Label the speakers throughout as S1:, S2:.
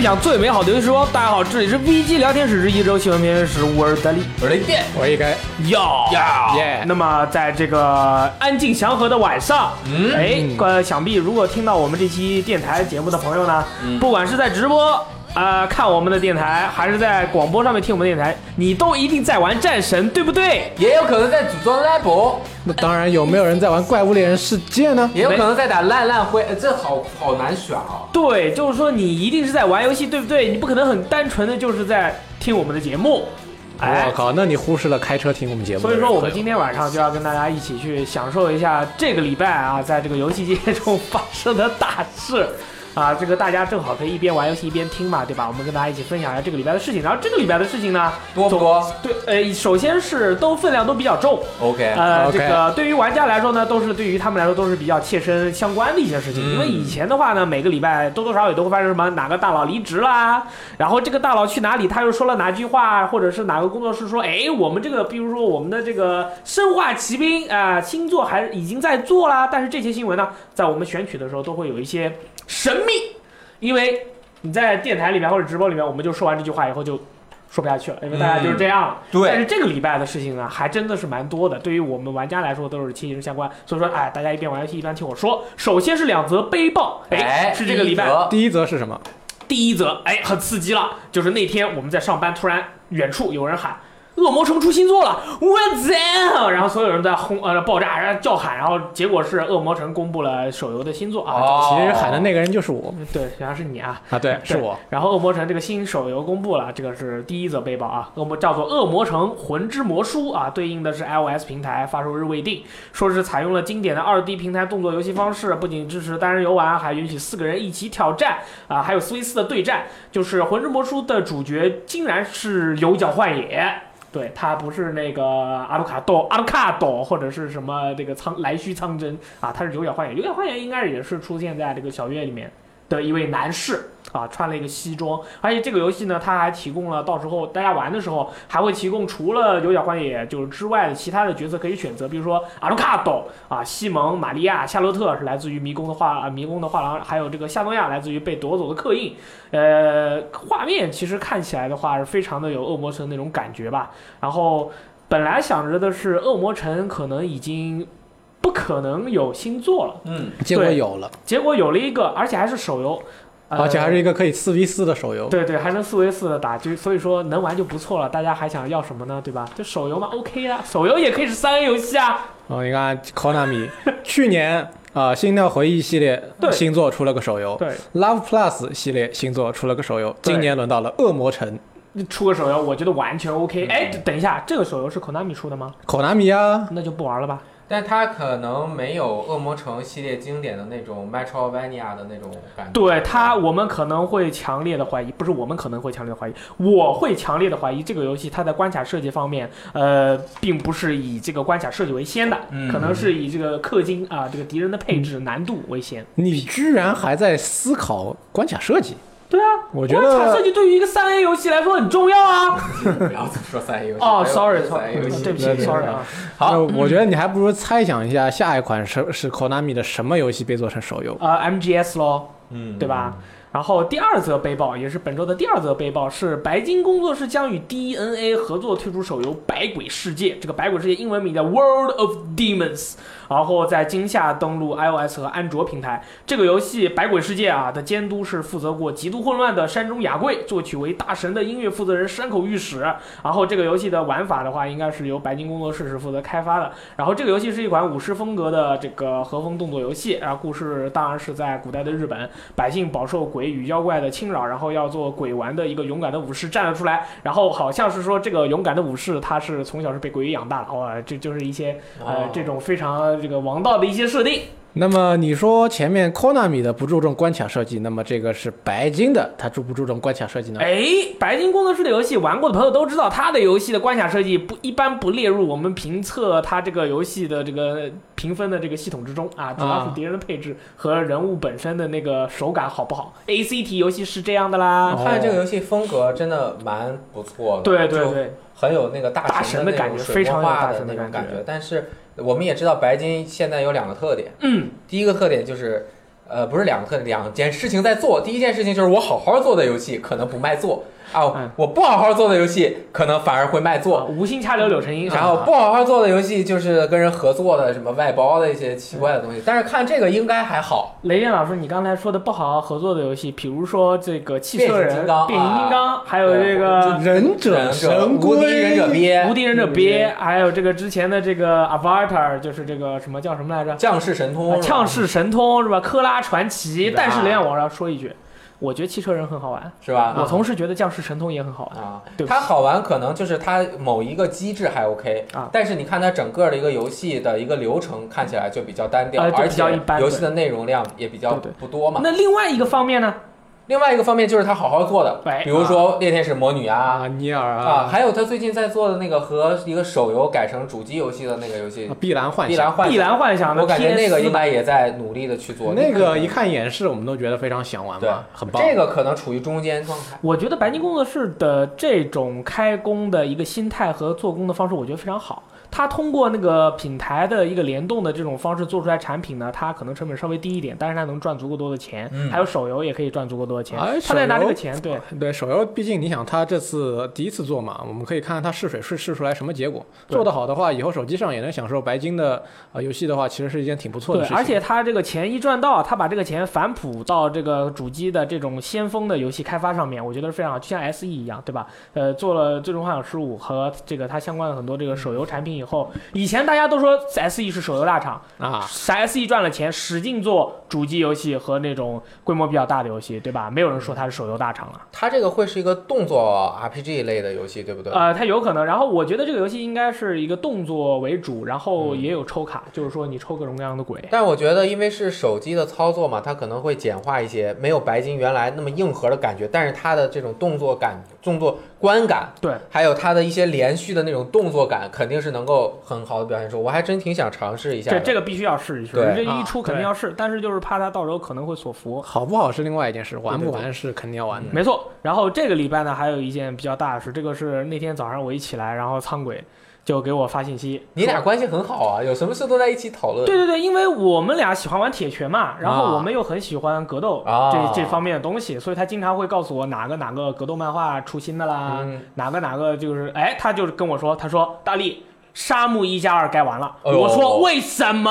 S1: 享最美好的游戏时光。大家好，这里是 VG 聊天室之一周新闻评论室，我是德力。
S2: 我是雷电，
S3: 我应该
S1: 哟
S3: 耶
S1: 那么在这个安静祥和的晚上，
S2: 嗯
S1: 哎、呃，想必如果听到我们这期电台节目的朋友呢，不管是在直播啊、呃看我们的电台，还是在广播上面听我们的电台，你都一定在玩战神，对不对？
S2: 也有可能在组装 labo，
S3: 那当然，有没有人在玩《怪物猎人世界》呢？
S2: 也有可能在打烂烂灰，呃这好好难选啊。
S1: 对，就是说你一定是在玩游戏，对不对？你不可能很单纯的就是在听我们的节目，哎
S3: 我。靠，那你忽视了开车听我们节目的
S1: 所
S3: 人。
S1: 以说，我们今
S3: 天
S1: 天晚上就要跟大家一起去享受一下这个礼拜啊，在这个游戏界 中发生的大事。啊，这个大家正好可以一边玩游戏一边听嘛，对吧？我们跟大家一起分享一下这个礼拜的事情。然后这个礼拜的事情呢，
S2: 多不多
S1: 对，呃，首先是都分量都比较重，
S2: ？OK，
S1: 呃
S3: OK
S1: 这个对于玩家来说呢，都是对于他们来说都是比较切身相关的一些事情。
S2: 嗯
S1: 因为以前的话呢，每个礼拜多多少少也都会发生什么哪个大佬离职啦，然后这个大佬去哪里，他又说了哪句话，或者是哪个工作室说，哎，我们这个，比如说我们的这个生化奇兵啊、新作还已经在做啦。但是这些新闻呢，在我们选取的时候都会有一些神秘，因为你在电台里面或者直播里面，我们就说完这句话以后就。说不下去了，因为大家就是这样。但是
S2: 对，
S1: 这个礼拜的事情呢，还真的是蛮多的，对于我们玩家来说都是息息相关。所以说，哎，大家一边玩游戏一边听我说。首先是两则背报，哎，
S2: 哎，
S1: 是这个礼拜
S2: 一折
S3: 第一则是什么？
S1: 第一则，哎，很刺激了，就是那天我们在上班，突然远处有人喊。恶魔城出新作了，我操！然后所有人都在轰呃爆炸，然后叫喊，然后结果是恶魔城公布了手游的新作啊，
S2: 哦
S3: 其实喊的那个人就是我
S1: 对，然后是你啊，
S3: 啊，对，是我。
S1: 然后恶魔城这个新手游公布了，这个是第一则背包啊，恶魔叫做《恶魔城魂之魔书》啊，对应的是 iOS 平台，发售日未定。说是采用了经典的二 D 平台动作游戏方式，不仅支持单人游玩，还允许四个人一起挑战啊，还有 C 四的对战。就是《魂之魔书》的主角竟然是有角幻野。对他不是那个阿鲁卡多、阿鲁卡多或者是什么这个苍来须苍真啊，他是有角幻野。有角幻野应该也是出现在这个小月里面的一位男士啊，穿了一个西装，而且这个游戏呢，它还提供了到时候大家玩的时候还会提供除了有角幻野就是之外的其他的角色可以选择，比如说阿鲁卡多啊、西蒙、玛利亚、夏洛特是来自于迷宫的画、啊迷宫的画廊，还有这个夏诺亚来自于被夺走的刻印。呃，画面其实看起来的话是非常的有恶魔城那种感觉吧。然后本来想着的是恶魔城可能已经不可能有新作了，
S2: 嗯，
S3: 结果有了，
S1: 结果有了一个，而且还是手游，呃
S3: 而且还是一个可以四 v 四的手游。
S1: 对对，还能四 v 四的打，就所以说能玩就不错了。大家还想要什么呢？对吧？就手游嘛，OK 啊，手游也可以是三 A 游戏啊。
S3: 哦，你看 Konami 去年啊，呃《心跳回忆》系列
S1: 对
S3: 新作出了个手游
S1: 对，
S3: ，Love Plus 系列新作出了个手游，
S1: 对
S3: 今年轮到了《恶魔城
S1: 你出个手游，我觉得完全
S3: 嗯
S1: OK。哎，等一下，这个手游是 Konami 出的吗？》
S3: ，Konami 啊，
S1: 那就不玩了吧。
S2: 但它可能没有恶魔城系列经典的那种 Metrovania 的那种感觉。
S1: 对它，我们可能会强烈的怀疑，不是我们可能会强烈的怀疑，我会强烈的怀疑这个游戏它在关卡设计方面，呃，并不是以这个关卡设计为先的，
S2: 嗯
S1: 可能是以这个氪金啊、这个敌人的配置难度为先。
S3: 你居然还在思考关卡设计？
S1: 对啊，
S3: 我觉
S1: 关卡设
S3: 得
S1: 计对于一个三 A 游戏来说很重要啊。
S2: 不要再说三 A 游戏。
S1: 哦
S2: 不要
S1: ，sorry，
S2: 再说三 A 游戏，嗯
S1: 对不起
S3: 对对
S1: ，sorry 啊，
S2: 好
S3: 那我觉得你还不如猜想一下下一款是是 Konami 的什么游戏被做成手游？
S1: 呃，MGS 咯，
S2: 嗯
S1: 对吧？？然后第二则背报也是本周的第二则背报，是白金工作室将与 DNA 合作推出手游《百鬼世界》。这个《百鬼世界》英文名叫《World of Demons》，然后在今夏登陆 iOS 和安卓平台。这个游戏《百鬼世界》啊的监督是负责过《极度混乱》的山中雅贵，作曲为大神的音乐负责人山口裕史。然后这个游戏的玩法的话，应该是由白金工作室是负责开发的。然后这个游戏是一款武士风格的这个和风动作游戏，然后故事当然是在古代的日本，百姓饱受鬼与妖怪的侵扰，然后要做鬼玩的一个勇敢的武士站了出来。然后好像是说这个勇敢的武士他是从小是被鬼养大的，哇，这就是一些呃
S2: 哦
S1: 这种非常这个王道的一些设定。
S3: 那么你说前面 Konami 的不注重关卡设计，那么这个是白金的，它注不注重关卡设计呢？
S1: 哎，白金工作室的游戏玩过的朋友都知道，它的游戏的关卡设计不一般不列入我们评测它这个游戏的这个评分的这个系统之中啊，主要是敌人的配置和人物本身的那个手感好不好。ACT 游戏是这样的啦，
S3: 哦
S2: 看这个游戏风格真的蛮不错的，
S1: 对对
S2: 就
S1: 对，
S2: 很有那个大
S1: 大神
S2: 神
S1: 的
S2: 那
S1: 感
S2: 种
S1: 觉
S2: 水
S1: 非
S2: 墨
S1: 常有
S2: 画
S1: 大
S2: 的
S1: 神的
S2: 那种
S1: 感
S2: 感
S1: 觉
S2: 觉。但是我们也知道白金现在有两个特点，
S1: 嗯，
S2: 第一个特点就是呃，不是两个特两件事情在做。第一件事情就是我好好做的游戏可能不卖座啊，我
S1: 嗯啊
S2: 我不好好做的游戏可能反而会卖座。
S1: 无心插柳柳成荫。
S2: 然后不好好做的游戏就是跟人合作的什么外包的一些奇怪的东
S1: 嗯
S2: 西，但是看这个应该还好。
S1: 雷电老师，你刚才说的不好好合作的游戏，比如说这个汽车
S2: 变
S1: 人
S2: 形金、刚啊
S1: 变形金刚，还有这个
S3: 忍
S2: 忍
S3: 哎者神
S2: 无敌忍者
S3: 龟，
S1: 无
S2: 鳖、
S1: 敌忍者鳖，还有这个之前的这个 Avatar，就是这个什么叫什么来着？
S2: 降世神
S1: 啊
S2: 通、
S1: 呛世神通是吧？科拉传奇。
S2: 对啊啊
S1: 但是雷电，我要说一句，我觉得汽车人很好玩，
S2: 是吧？
S1: 我同事觉得降世神通也很好玩。
S2: 啊
S1: 对，不
S2: 它好玩可能就是它某一个机制还 OK，
S1: 啊
S2: 但是你看它整个的一个游戏的一个流程看起来就比较单调，
S1: 呃就
S2: 而
S1: 比较一
S2: 且
S1: 般
S2: 游戏的内容量也比较
S1: 对对
S2: 不多嘛。
S1: 那另外一个方面呢？
S2: 另外一个方面就是它好好做的，
S1: 哎
S2: 比如说《猎天使魔女》啊。
S3: 啊，尼尔
S2: 啊，
S3: 啊，
S2: 还有他最近在做的那个和一个手游改成主机游戏的那个游戏《
S3: 碧蓝呃幻
S2: 碧
S3: 想，
S2: 蓝幻
S1: 碧
S2: 想》，
S1: 蓝幻想的
S2: 我感觉那个
S1: PS
S2: 应
S1: 版
S2: 该也在努力的去做。
S3: 那个一看演示，我们都觉得非常想玩
S2: 对
S3: 嘛，很棒。
S2: 这个可能处于中间状态。
S1: 我觉得白金工作室的这种开工的一个心态和做工的方式，我觉得非常好。它通过那个品牌的一个联动的这种方式做出来产品呢，它可能成本稍微低一点，但是它能赚足够多的钱。
S2: 嗯
S1: 还有手游也可以赚足够多的钱，
S3: 哎
S1: 他在拿
S3: 手
S1: 这
S3: 游
S1: 个钱，对，
S3: 对手游，毕竟你想，它这次第一次做嘛，我们可以看看它试水试试出来什么结果。
S1: 对
S3: 做得好的话，以后手机上也能享受白金的呃游戏的话，其实是一件挺不错的
S1: 对
S3: 事，情。
S1: 而且他这个钱一赚到，他把这个钱反哺到这个主机的这种先锋的游戏开发上面，我觉得是非常好，就像 S E 一样，对吧？呃，做了《最终幻想十五》和这个它相关的很多这个手游产品以后，以前大家都说 S E 是手游大厂，
S3: 啊，
S1: S E 赚了钱，使劲做主机游戏和那种规模比较大的游戏，对吧？没有人说它是手游大厂了，
S2: 它这个会是一个动作 RPG 类的游戏，对不对？
S1: 呃，它有可能。然后我觉得这个游戏应该是一个动作为主，然后也有抽卡，就是说你抽各种各样的鬼。
S2: 但我觉得，因为是手机的操作嘛，它可能会简化一些，没有白金原来那么硬核的感觉，但是它的这种动作感、动作观感，
S1: 对，
S2: 还有它的一些连续的那种动作感，肯定是能够很好的表现出。我还真挺想尝试一下
S1: 这
S2: 的。
S1: 这个必须要试一试，
S2: 对
S1: 这一
S3: 啊
S1: 出肯定要试，但是就是怕它到时候可能会所服。
S3: 好不好是另外一件事，玩
S1: 对
S3: 不
S1: 对
S3: 玩是肯定要玩的。
S1: 没错，然后这个礼拜呢，还有一件比较大的事，这个是那天早上我一起来，然后苍鬼就给我发信息，
S2: 你俩关系很好啊，有什么事都在一起讨论。
S1: 对对对，因为我们俩喜欢玩铁拳嘛，然后
S3: 啊
S1: 我们又很喜欢格斗、
S2: 啊
S1: 这这方面的东西，所以他经常会告诉我哪个哪个格斗漫画出新的啦，
S2: 嗯
S1: 哪个哪个就是，哎，他就是跟我说，他说大力沙漠一加二该完了，
S2: 哎呦
S1: 我说为什么？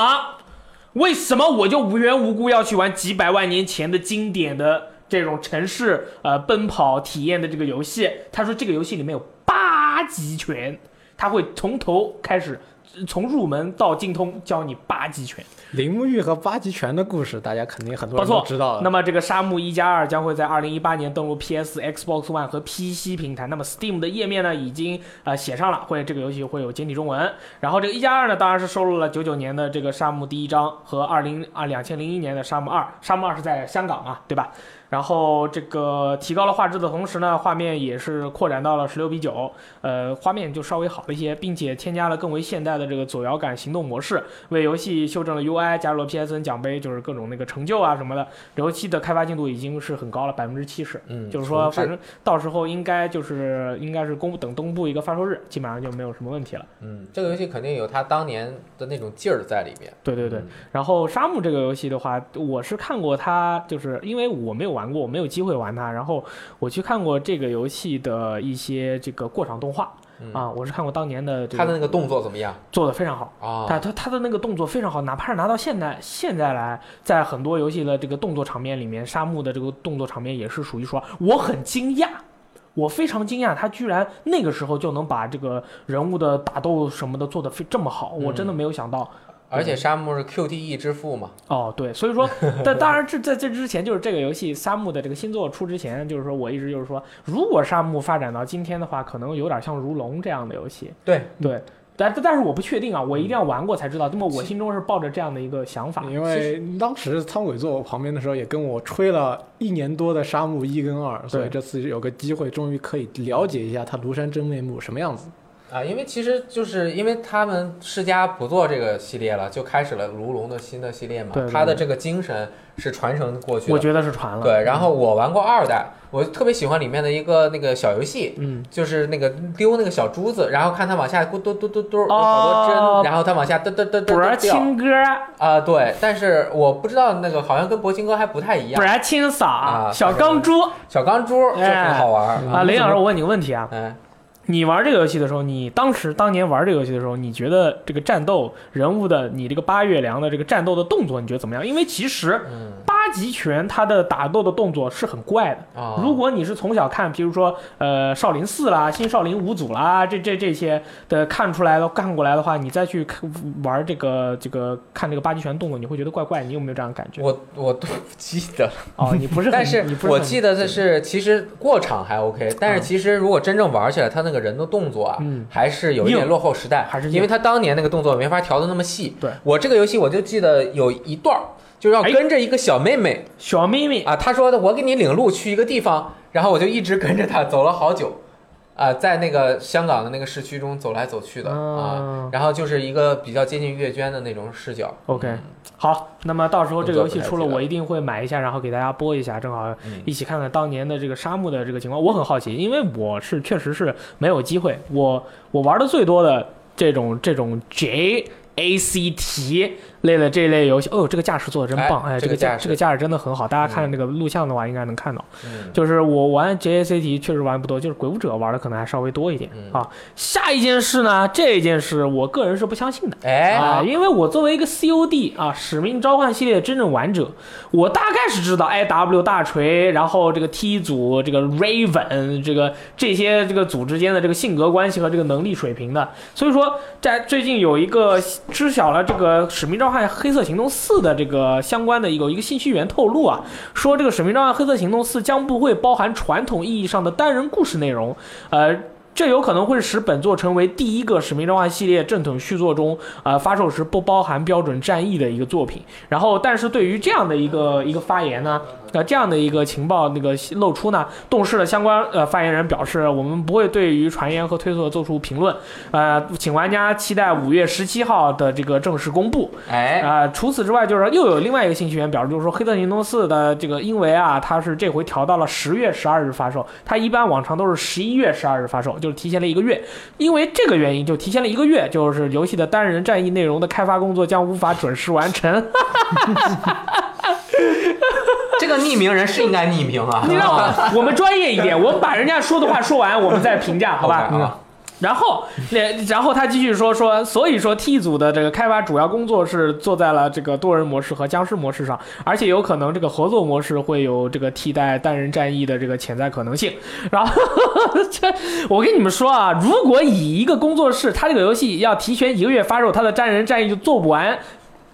S1: 为什么我就无缘无故要去玩几百万年前的经典的这种城市呃奔跑体验的这个游戏？他说这个游戏里面有八极拳，他会从头开始，呃从入门到精通教你八极拳。
S3: 铃木玉和八极拳的故事，大家肯定很多
S1: 不
S3: 人
S1: 错
S3: 都知道
S1: 那
S3: 了。
S1: 么这个《沙漠一加二》将会在二零一八年登陆 PS、Xbox One 和 PC 平台。那么 Steam 的页面呢，已经呃写上了，会这个游戏会有简体中文。然后这个一加二呢，当然是收录了九九年的这个《沙漠》第一章和二零啊两千零一年的《沙漠二》。《沙漠二》是在香港嘛，对吧？然后这个提高了画质的同时呢，画面也是扩展到了十六比九，呃，画面就稍微好了一些，并且添加了更为现代的这个左摇杆行动模式，为游戏修正了 UI，加入了 PSN 奖杯，就是各种那个成就啊什么的。游戏的开发进度已经是很高了，百分之七十。
S2: 嗯，
S1: 就是说，
S2: 重
S1: 反
S2: 置
S1: 正到时候应该就是应该是公布等东部一个发售日，基本上就没有什么问题了。
S2: 嗯，这个游戏肯定有它当年的那种劲儿在里面。
S1: 对对对
S2: 嗯，
S1: 然后《沙漠》这个游戏的话，我是看过它，就是因为我没有玩过，我没有机会玩它。然后我去看过这个游戏的一些这个过场动画
S2: 嗯
S1: 啊，我是看过当年的这
S2: 它的
S1: 个
S2: 那个动作怎么样
S1: 做的非常好。
S2: 啊？
S1: 他他他的那个动作非常好，哪怕是拿到现在现在来，在很多游戏的这个动作场面里面，沙漠的这个动作场面也是数一数二。我很惊讶，我非常惊讶，他居然那个时候就能把这个人物的打斗什么的做得非这么好，我真的没有想到。
S2: 而且沙漠是 QTE 之父嘛，
S1: 哦，对，所以说，但当然这在这之前，就是这个游戏沙漠的这个新作出之前，就是说我一直就是说，如果沙漠发展到今天的话，可能有点像如龙这样的游戏。
S2: 对
S1: 对，但但是我不确定啊，我一定要玩过才知道。那么我心中是抱着这样的一个想法。
S3: 因为当时苍鬼坐我旁边的时候，也跟我吹了一年多的《沙漠一》跟二，所以
S1: 对
S3: 这次有个机会，终于可以了解一下他庐山真面目什么样子。
S2: 啊，因为其实就是因为他们世嘉不做这个系列了，就开始了如龙的新的系列嘛
S1: 对对，对
S2: 它的这个精神是传承过去
S1: 我
S2: 的。
S1: 觉得是传了。嗯
S2: 对，然后我玩过二代，我特别喜欢里面的一个那个小游戏，
S1: 嗯，
S2: 就是那个丢那个小珠子，然后看它往下咕嘟嘟嘟嘟，有好
S1: 哦
S2: 多针，然后它往下嘚嘚嘚嘚
S1: 不
S2: 嘚
S1: 然
S2: 掉。
S1: 亲哥，
S2: 啊，对，但是我不知道那个好像跟铂金哥还不太一
S1: 不
S2: 样。
S1: 然亲嫂
S2: 啊，
S1: 小钢珠
S2: 小钢珠就很好玩儿
S1: 啊。雷老师，我问你个问题啊，
S2: 嗯，
S1: 你玩这个游戏的时候，你当时当年玩这个游戏的时候，你觉得这个战斗人物的，你这个八月凉的这个战斗的动作，你觉得怎么样？因为其实
S2: 嗯
S1: 八极拳它的打斗的动作是很怪的。
S2: 啊，
S1: 如果你是从小看，比如说呃少林寺啦、新少林五祖啦，这这这些的看出来的看过来的话，你再去看玩这个这个看这个八极拳动作，你会觉得怪怪。你有没有这样的感觉？
S2: 我我都不记得了，
S1: 哦，你不是很，
S2: 但是
S1: 你不是
S2: 我
S1: 很
S2: 记得的是，其实过场还 OK，但是其实如果真正玩起来，他那个人的动作啊
S1: 嗯，
S2: 还是有一点
S1: 硬
S2: 落后时代，
S1: 还是硬
S2: 因为他当年那个动作没法调的那么细。
S1: 对，
S2: 我这个游戏我就记得有一段儿，就是要
S1: 哎
S2: 跟着一个小妹妹
S1: 小妹妹
S2: 啊，她说的我给你领路去一个地方，然后我就一直跟着她走了好久，啊，在那个香港的那个市区中走来走去的啊，
S1: 啊
S2: 然后就是一个比较接近阅卷的那种视角。
S1: OK，好，那么到时候这个游戏出了，
S2: 动作不太记得
S1: 我一定会买一下，然后给大家播一下，正好
S2: 嗯
S1: 一起看看当年的这个沙漠的这个情况。我很好奇，因为我是确实是没有机会，我我玩的最多的这种这种 J。A C T 类的这类游戏，哦，这个架势做的真棒，
S2: 哎
S1: 哎，这
S2: 这个
S1: 个架
S2: 架势
S1: 这个架势真的很好，大家看这个录像的话应该能看到。
S2: 嗯，
S1: 就是我玩 J A C T 确实玩不多，就是鬼武者玩的可能还稍微多一点
S2: 嗯
S1: 啊。下一件事呢，这件事我个人是不相信的。
S2: 哎，
S1: 啊，因为我作为一个 COD 啊《使命召唤》系列的真正玩者，我大概是知道 IW 大锤，然后这个 T 组、这个 Raven 这个这些这个组之间的这个性格关系和这个能力水平的。所以说，在最近有一个知晓了这个《使命召唤：黑色行动四》的这个相关的一个一个信息源透露啊，说这个《使命召唤：黑色行动四》将不会包含传统意义上的单人故事内容，呃。这有可能会使本作成为第一个《使命召唤》系列正统续作中呃发售时不包含标准战役的一个作品。然后，但是对于这样的一个一个发言呢，呃，这样的一个情报那个露出呢，动视的相关呃发言人表示，我们不会对于传言和推测做出评论，呃，请玩家期待五月十七号的这个正式公布。
S2: 哎，
S1: 啊、除此之外，就是说又有另外一个信息源表示，就是说《黑色行动四》的这个，因为啊，它是这回调到了十月十二日发售，它一般往常都是十一月十二日发售，就是提前了一个月。因为这个原因，就提前了一个月，就是游戏的单人战役内容的开发工作将无法准时完成。
S2: 这个匿名人是应该匿名啊，
S1: 你让我我们专业一点，我们把人家说的话说完，我们再评价，好啊吧？
S2: OK，好
S1: 然后，连然后他继续说说，所以说 T 组的这个开发主要工作是做在了这个多人模式和僵尸模式上，而且有可能这个合作模式会有这个替代单人战役的这个潜在可能性。 然后这我跟你们说啊，如果以一个工作室，他这个游戏要提前一个月发售，他的单人战役就做不完。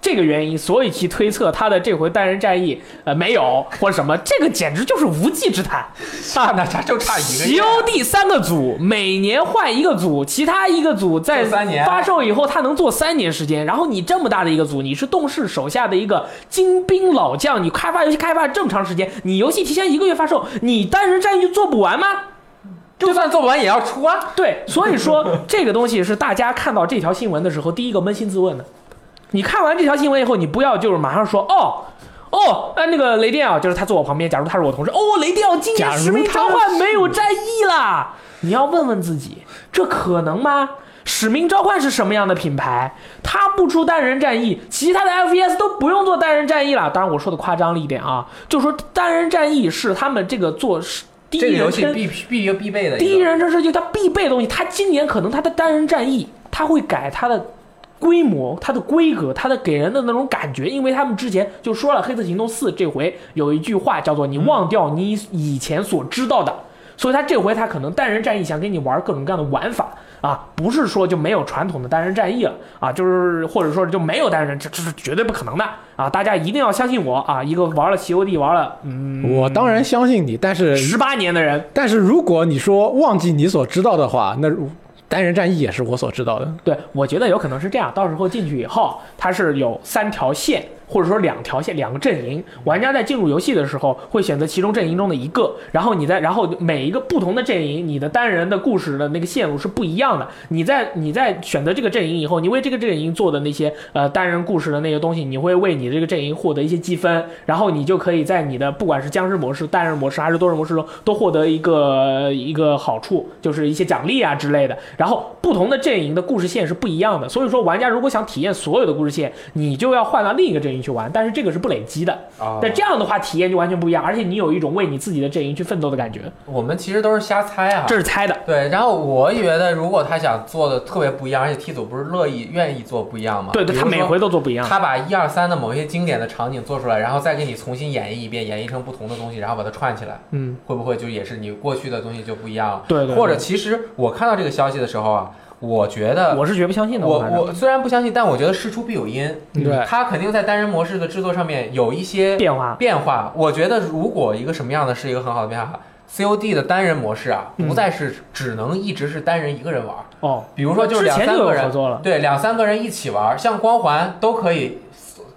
S1: 这个原因，所以其推测他的这回单人战役，呃，没有或者什么，这个简直就是无稽之谈。
S2: 差那差就差一个月啊
S1: COD 三个组，每年换一个组，其他一个组在
S2: 做三年啊
S1: 发售以后，他能做三年时间。然后你这么大的一个组，你是动视手下的一个精兵老将，你开发游戏开发这么长时间，你游戏提前一个月发售，你单人战役就做不完吗？
S2: 就算做不完也要出啊。
S1: 对，所以 说这个东西是大家看到这条新闻的时候第一个扪心自问的。你看完这条新闻以后，你不要就是马上说哦。哦，呃，那个雷电啊，就是他坐我旁边。假如他是我同事，哦，雷电啊，今年
S3: 假如
S1: 使命召
S3: 他
S1: 唤
S3: 是
S1: 没有战役啦。你要问问自己，这可能吗？使命召唤是什么样的品牌？它不出单人战役，其他的 FPS 都不用做单人战役了。当然，我说的夸张了一点啊，就说单人战役是他们这个做是第一
S2: 这个游
S1: 人
S2: 戏
S1: 称
S2: 必必必备的
S1: 第一
S2: 个
S1: 人称射击它必备的东西，它今年可能它的单人战役，它会改它的规模、它的规格、它的给人的那种感觉，因为他们之前就说了，《黑色行动四》这回有一句话叫做“你忘掉你以前所知道的”，所以他这回他可能单人战役想给你玩各种各样的玩法啊，不是说就没有传统的单人战役了啊，就是或者说就没有单人，这这是绝对不可能的啊！大家一定要相信我啊，一个玩了 COD 玩了嗯
S3: 我当然相信你，但是
S1: 十八年的人。
S3: 但是如果你说忘记你所知道的话，那如单人战役也是我所知道的。
S1: 对，我觉得有可能是这样，到时候进去以后，它是有三条线。或者说两条线、两个阵营，玩家在进入游戏的时候会选择其中阵营中的一个，然后你在然后每一个不同的阵营，你的单人的故事的那个线路是不一样的。你在你在选择这个阵营以后，你为这个阵营做的那些呃单人故事的那些东西，你会为你这个阵营获得一些积分，然后你就可以在你的不管是僵尸模式、单人模式还是多人模式中，都获得一个 一个好处，就是一些奖励啊之类的。然后不同的阵营的故事线是不一样的，所以说玩家如果想体验所有的故事线，你就要换到另一个阵营去玩，但是这个是不累积的。
S2: 啊
S1: 但这样的话体验就完全不一样，而且你有一种为你自己的阵营去奋斗的感觉，
S2: 我们其实都是瞎猜啊
S1: 这。是猜的。
S2: 对，然后我觉得如果他想做的特别不一样，而且 T 组不是乐意愿意做不一样吗？
S1: 对对，
S2: 比
S1: 他
S2: 如
S1: 每
S2: 说
S1: 回都做不一样。
S2: 他把一二三的某些经典的场景做出来，然后再给你重新演绎一遍，演绎成不同的东西，然后把它串起来，
S1: 嗯，
S2: 会不会就也是你过去的东西就不一样了？
S1: 对对对
S2: 或者其实我看到这个消息的时候啊，我觉得
S1: 我是绝不相信的。
S2: 我
S1: 反正
S2: 我虽然不相信，但我觉得事出必有因，
S1: 嗯
S3: 对，
S2: 他肯定在单人模式的制作上面有一些
S1: 变化，
S2: 变化。我觉得如果一个什么样的是一个很好的变化，COD 的单人模式啊，
S1: 嗯
S2: 不再是只能一直是单人一个人玩，
S1: 哦，
S2: 比如说就是
S1: 之
S2: 两
S1: 前
S2: 三
S1: 就
S2: 个
S1: 有合
S2: 人，
S1: 作了，
S2: 对，两三个人一起玩，像光环都可以，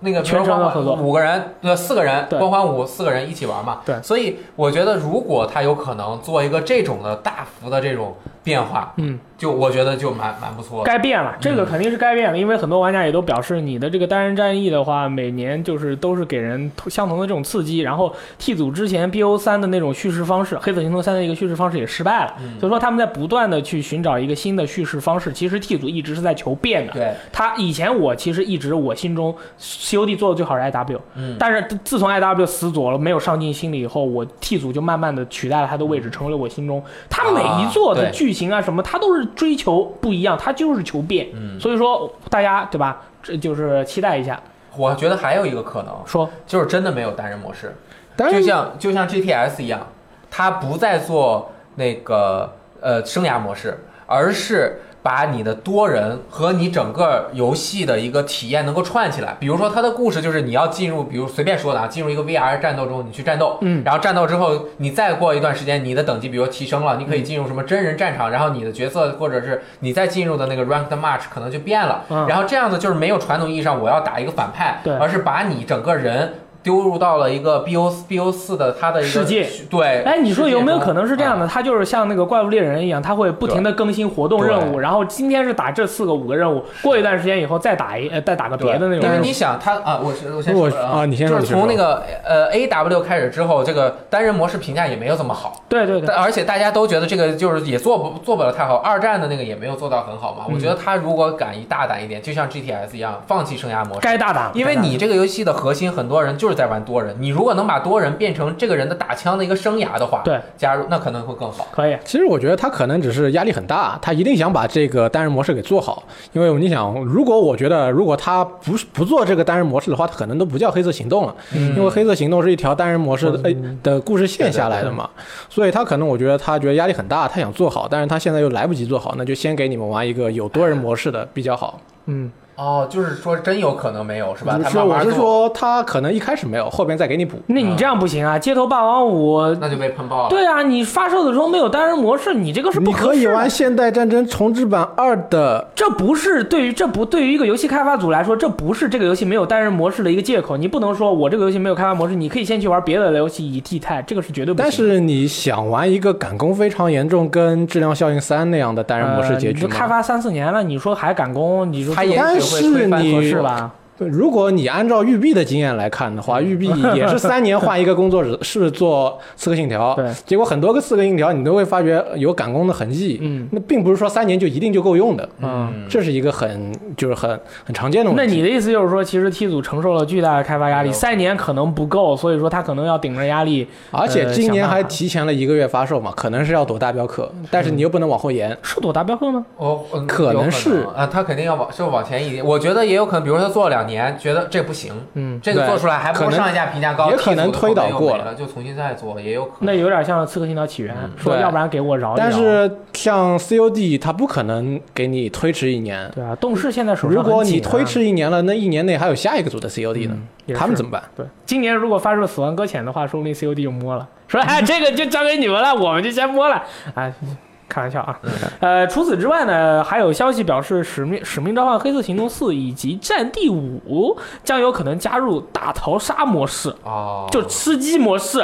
S2: 那个比如
S1: 全程的合作
S2: 光环五个人，呃，四个人，
S1: 对
S2: 光环五四个人一起玩嘛。
S1: 对
S2: 所以我觉得如果他有可能做一个这种的大幅的这种变化，
S1: 嗯，
S2: 就我觉得就蛮蛮不错的。
S1: 该变了，这个肯定是该变了，因为很多玩家也都表示，你的这个单人战役的话，每年就是都是给人相同的这种刺激。然后 T 组之前 BO 三的那种叙事方式，《黑色行动三》的一个叙事方式也失败了，
S2: 嗯
S1: 所以说他们在不断的去寻找一个新的叙事方式。其实 T 组一直是在求变的。
S2: 对，
S1: 他以前我其实一直我心中 COD 做的最好是 IW，
S2: 嗯，
S1: 但是自从 IW 死左了，没有上进心理以后，我 T 组就慢慢的取代了他的位置，成为了我心中他每一座
S2: 嗯啊
S1: 的
S2: 对
S1: 剧情啊什么，他都是追求不一样，他就是求变。
S2: 嗯，
S1: 所以说大家对吧？这就是期待一下，
S2: 我觉得还有一个可能
S1: 说
S2: 就是真的没有单人模式，
S3: 当
S2: 就
S3: 然
S2: 像就像 GTS 一样，它不再做那个呃生涯模式，而是把你的多人和你整个游戏的一个体验能够串起来。比如说它的故事就是你要进入，比如随便说的啊，进入一个 VR 战斗中，你去战斗，
S1: 嗯
S2: 然后战斗之后，你再过一段时间，你的等级比如提升了，
S1: 嗯
S2: 你可以进入什么真人战场，然后你的角色或者是你再进入的那个 ranked match 可能就变了。
S1: 嗯
S2: 然后这样子就是没有传统意义上我要打一个反派，
S1: 对
S2: 而是把你整个人丢入到了一个 B O B O 四的它的一个
S1: 世界，
S2: 对。
S1: 哎，你说有没有可能是这样
S2: 的？
S1: 的？他就是像那个怪物猎人一样，他会不停的更新活动任务，
S2: 啊对
S1: 然后今天是打这四个五个任务，过一段时间以后再打一呃再打个别的那种
S2: 因为
S1: 任务
S2: 你。想他啊，我是我先说
S3: 我
S2: 了
S3: 啊你先
S2: 就
S3: 说
S2: 是
S3: 你先
S2: 从那
S3: 说
S2: 个呃 A W 开始之后，这个单人模式评价也没有这么好，
S1: 对对对，
S2: 但而且大家都觉得这个就是也做不做不了太好，二战的那个也没有做到很好嘛。我觉
S1: 嗯
S2: 得他如果敢一大胆一点，就像 G T S 一样，放弃生涯模式，
S1: 该大胆，
S2: 因为你这个游戏的核心，很多人就是在玩多人。你如果能把多人变成这个人的打枪的一个生涯的话，
S1: 对，
S2: 加入那可能会更好。
S1: 可以，
S3: 其实我觉得他可能只是压力很大，他一定想把这个单人模式给做好。因为你想，如果我觉得如果他不是不做这个单人模式的话，他可能都不叫黑色行动了，
S2: 嗯
S3: 因为黑色行动是一条单人模式的、
S1: 嗯
S3: 呃的故事线下来的嘛。所以他可能我觉得他觉得压力很大，他想做好，但是他现在又来不及做好，那就先给你们玩一个有多人模式的比较好。
S1: 嗯，
S2: 哦，就是说真有可能没有是吧？
S3: 不
S2: 他
S3: 是，
S2: 慢
S3: 我
S2: 慢
S3: 是
S2: 做，
S3: 说他可能一开始没有，后边再给你补。
S1: 那
S2: 嗯
S1: 你这样不行啊！街头霸王五
S2: 那就被喷爆了。
S1: 对啊，你发售的时候没有单人模式，你这个是不
S3: 你
S1: 合
S3: 可
S1: 适
S3: 以
S1: 的
S3: 玩《现代战争重置版二》的
S1: 这不是对于这不对于一个游戏开发组来说，这不是这个游戏没有单人模式的一个借口。你不能说我这个游戏没有开发模式，你可以先去玩别的游戏以替代，这个是绝对不行的。
S3: 但是你想玩一个赶工非常严重，跟《质量效应三》那样的单人模式结
S1: 呃你
S3: 局
S1: 都开
S3: 吗？
S1: 发三四年了，你说还赶工，你说
S2: 他也
S3: 但
S2: 许会推翻
S3: 是
S2: 合
S3: 你
S2: 适
S1: 是
S2: 吧？
S1: 吧？
S3: 对如果你按照育碧的经验来看的话，
S1: 嗯
S3: 育碧也是三年换一个工作室 做《刺客信条》，
S1: 对，
S3: 结果很多个《刺客信条》你都会发觉有赶工的痕迹。
S1: 嗯
S3: 那并不是说三年就一定就够用的，
S1: 嗯。
S2: 嗯
S3: 这是一个很就是很很常见的
S1: 那
S3: 问题。
S1: 你的意思就是说，其实 T 组承受了巨大的开发压力，
S2: 没有
S1: 三年可能不够，所以说他可能要顶着压力，
S3: 而且
S1: 呃
S3: 今年
S1: 想办
S3: 还
S1: 法嗯
S3: 提前了一个月发售嘛，可能是要躲大镖客，但是你又不能往后延。
S1: 是躲大镖客吗？
S2: 哦，嗯
S3: 可能是
S2: 有可啊，他肯定要往就往前一点。我觉得也有可能，比如说他做了两年，觉得这不行，
S1: 嗯，
S2: 这个
S3: 对
S2: 做出来还不如
S3: 可能
S2: 上一架评价高，
S3: 也可能
S2: 剔除的
S3: 推倒
S2: 可能又
S3: 过
S2: 没
S3: 嗯
S2: 了，就重新再做也有可能。
S1: 那有点像《刺客信条：起源》
S2: 嗯
S1: 说
S3: 对
S1: 要不然给我饶一饶。
S3: 但是像 COD，它不可能给你推迟一年，
S1: 对啊，动视现在手上
S3: 如果
S1: 很紧
S3: 你
S1: 啊嗯
S3: 推迟一年了，那一年内还有下一个组的 COD 呢，
S1: 也
S3: 他们
S1: 是
S3: 怎么办？
S1: 对，今年如果发售《死 亡搁浅》的话，说不定 COD 就摸了，说哎，这个就交给你们了，我们就先摸了。哎，开玩笑啊。
S3: 嗯
S1: 呃，除此之外呢，还有消息表示，《使命使命召唤：黑色行动四》以及《战地五》将有可能加入大逃杀模式，
S2: 哦，
S1: 就吃鸡模式。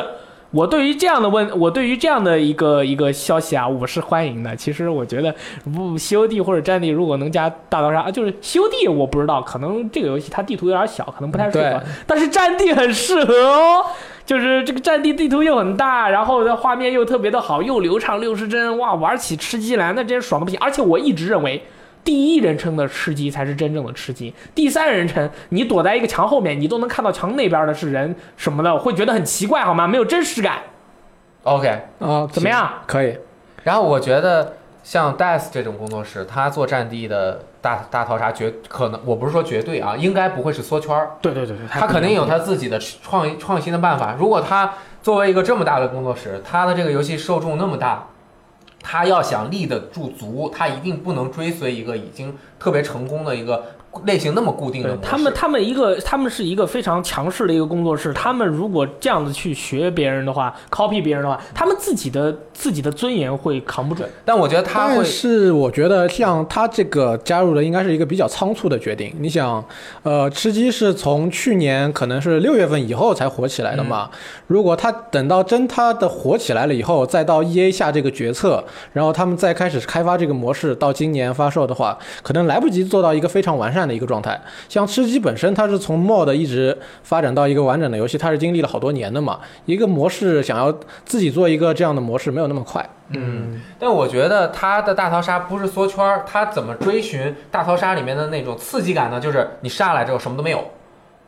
S1: 我对于这样的问，我对于这样的一个一个消息啊，我是欢迎的。其实我觉得，不 COD 或者战地如果能加大逃杀，就是 COD 我不知道，可能这个游戏它地图有点小，可能不太适合
S2: 对。
S1: 但是战地很适合哦，就是这个战地地图又很大，然后的画面又特别的好，又流畅六十帧，哇，玩起吃鸡来那真是爽的不行。而且我一直认为。第一人称的吃鸡才是真正的吃鸡，第三人称你躲在一个墙后面，你都能看到墙那边的是人什么的，我会觉得很奇怪，好吗？没有真实感，
S2: OK。
S3: 啊，
S1: 怎么样？
S3: 可以，
S2: 然后我觉得像 DICE 这种工作室，他做战地的大大逃杀绝可能，我不是说绝对啊，应该不会是缩圈儿，
S1: 对对对对，
S2: 他肯定有他自己的创创新的办法。如果他作为一个这么大的工作室，他的这个游戏受众那么大，他要想立得住足，他一定不能追随一个已经特别成功的一个类型那么固定的
S1: 对
S3: 嗯
S2: 模式。
S1: 他们，他们一个，他们是一个非常强势的一个工作
S3: 嗯
S1: 室。他们如果这样子去学别人的话，copy 别人的话，他们自己的自己的尊严会扛不住。
S2: 但我觉得他会
S3: 但是我觉得像他这个加入的应该是一个比较仓促的决定。你想，呃，吃鸡是从去年可能是六月份以后才火起来的嘛。
S2: 嗯
S3: 如果他等到真他的火起来了以后，再到 E A 下这个决策，然后他们再开始开发这个模式，到今年发售的话，可能来不及做到一个非常完善的一个状态。像吃鸡本身，它是从 mod 一直发展到一个完整的游戏，它是经历了好多年的嘛。一个模式想要自己做一个这样的模式，没有那么快。
S2: 嗯，但我觉得他的大逃杀不是缩圈儿，他怎么追寻大逃杀里面的那种刺激感呢？就是你上来之后什么都没有，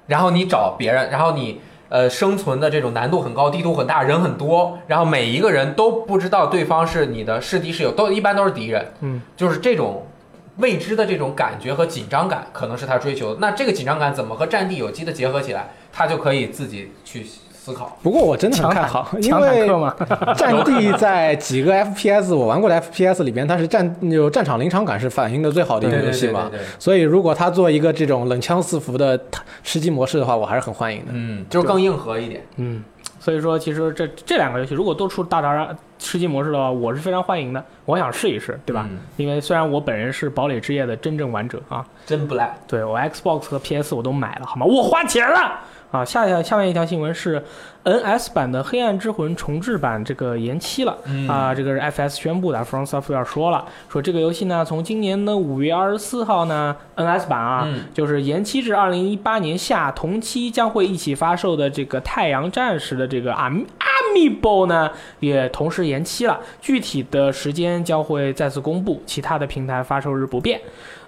S2: 然后你找别人，然后你呃生存的这种难度很高，地图很大，人很多，然后每一个人都不知道对方是你的是敌是友，都一般都是敌人，
S1: 嗯，
S2: 就是这种。未知的这种感觉和紧张感，可能是他追求的。那这个紧张感怎么和战地有机的结合起来？他就可以自己去思考。
S3: 不过我真的很
S1: 强
S3: 看
S1: 坦
S3: 好，因
S1: 强坦
S3: 为
S1: 克嘛，
S3: 战地在几个 FPS 我玩过的 FPS 里边，它是战有战场临场感是反映的最好的一个游戏
S2: 对。
S3: 嘛
S2: 对对对对
S3: 所以如果它做一个这种冷枪四伏的吃鸡模式的话，我还是很欢迎的。
S2: 嗯，就是更硬核一点。
S1: 嗯，所以说其实这这两个游戏如果都出大逃杀吃鸡模式的话，我是非常欢迎的，我想试一试，对吧？
S2: 嗯
S1: 因为虽然我本人是堡垒之夜的真正玩者啊，
S2: 真不赖。
S1: 对我 Xbox 和 PS 我都买了，好吗？我花钱了啊！下下下面一条新闻是 NS 版的《黑暗之魂》重置版这个延期了。
S2: 嗯
S1: 啊，这个是 FS 宣布的，From Software 说了，说这个游戏呢，从今年的五月二十四号呢，NS 版啊，
S2: 嗯
S1: 就是延期至二零一八年夏，同期将会一起发售的这个《太阳战士》的这个 Ami Amiibo 呢，也同时延期了，具体的时间将会再次公布，其他的平台发售日不变。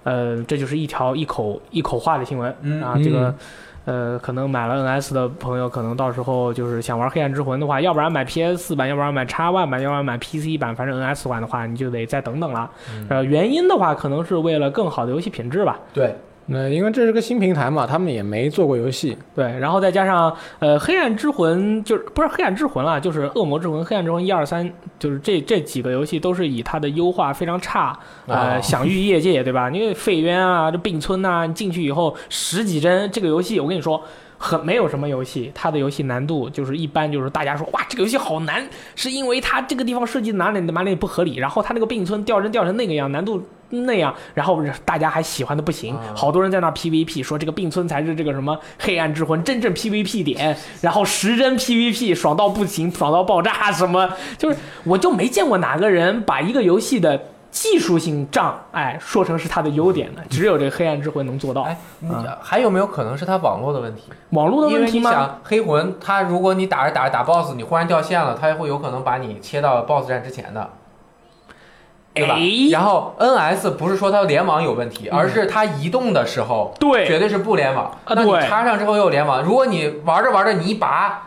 S1: 呃，这就是一条一口一口话的新闻、
S2: 嗯
S1: 啊，这个。呃，可能买了 NS 的朋友，可能到时候就是想玩《黑暗之魂》的话，要不然买 PS 版，要不然买 X One 版，要不然买 PC 版，反正 NS 版的话，你就得再等等了。
S2: 嗯
S1: 呃，原因的话，可能是为了更好的游戏品质吧。
S2: 对，
S3: 那呃因为这是个新平台嘛，他们也没做过游戏，
S1: 对，然后再加上呃，黑暗之魂就是不是黑暗之魂啦，就是恶魔之魂、黑暗之魂一二三，就是这这几个游戏都是以它的优化非常差，呃，
S2: 哦
S1: 享誉业界，对吧？因为废渊啊、这并村呐、你进去以后十几帧，这个游戏我跟你说。很没有什么游戏，它的游戏难度就是一般，就是大家说哇这个游戏好难，是因为它这个地方设计哪里哪里不合理，然后它那个并村掉帧掉成那个样，难度那样，然后大家还喜欢的不行，
S2: 啊
S1: 好多人在那 PVP 说这个并村才是这个什么黑暗之魂真正 PVP 点，然后时针 PVP 爽到不行，爽到爆炸什么，就是我就没见过哪个人把一个游戏的。技术性障碍说成是它的优点的，只有这个黑暗之魂能做到。
S2: 哎，你还有没有可能是他网络的问题？
S1: 嗯网络的
S2: 因
S1: 问
S2: 为
S1: 题
S2: 你
S1: 吗？
S2: 想，黑魂它如果你打着打着打 BOSS，你忽然掉线了，它会有可能把你切到 BOSS 战之前的，对吧？
S1: 哎嗯
S2: 然后 NS 不是说它联网有问题，而是它移动的时候
S1: 对
S2: 绝对是不联网。
S1: 啊
S2: 那你
S1: 对
S2: 插上之后又联网，如果你玩着玩着你一拔，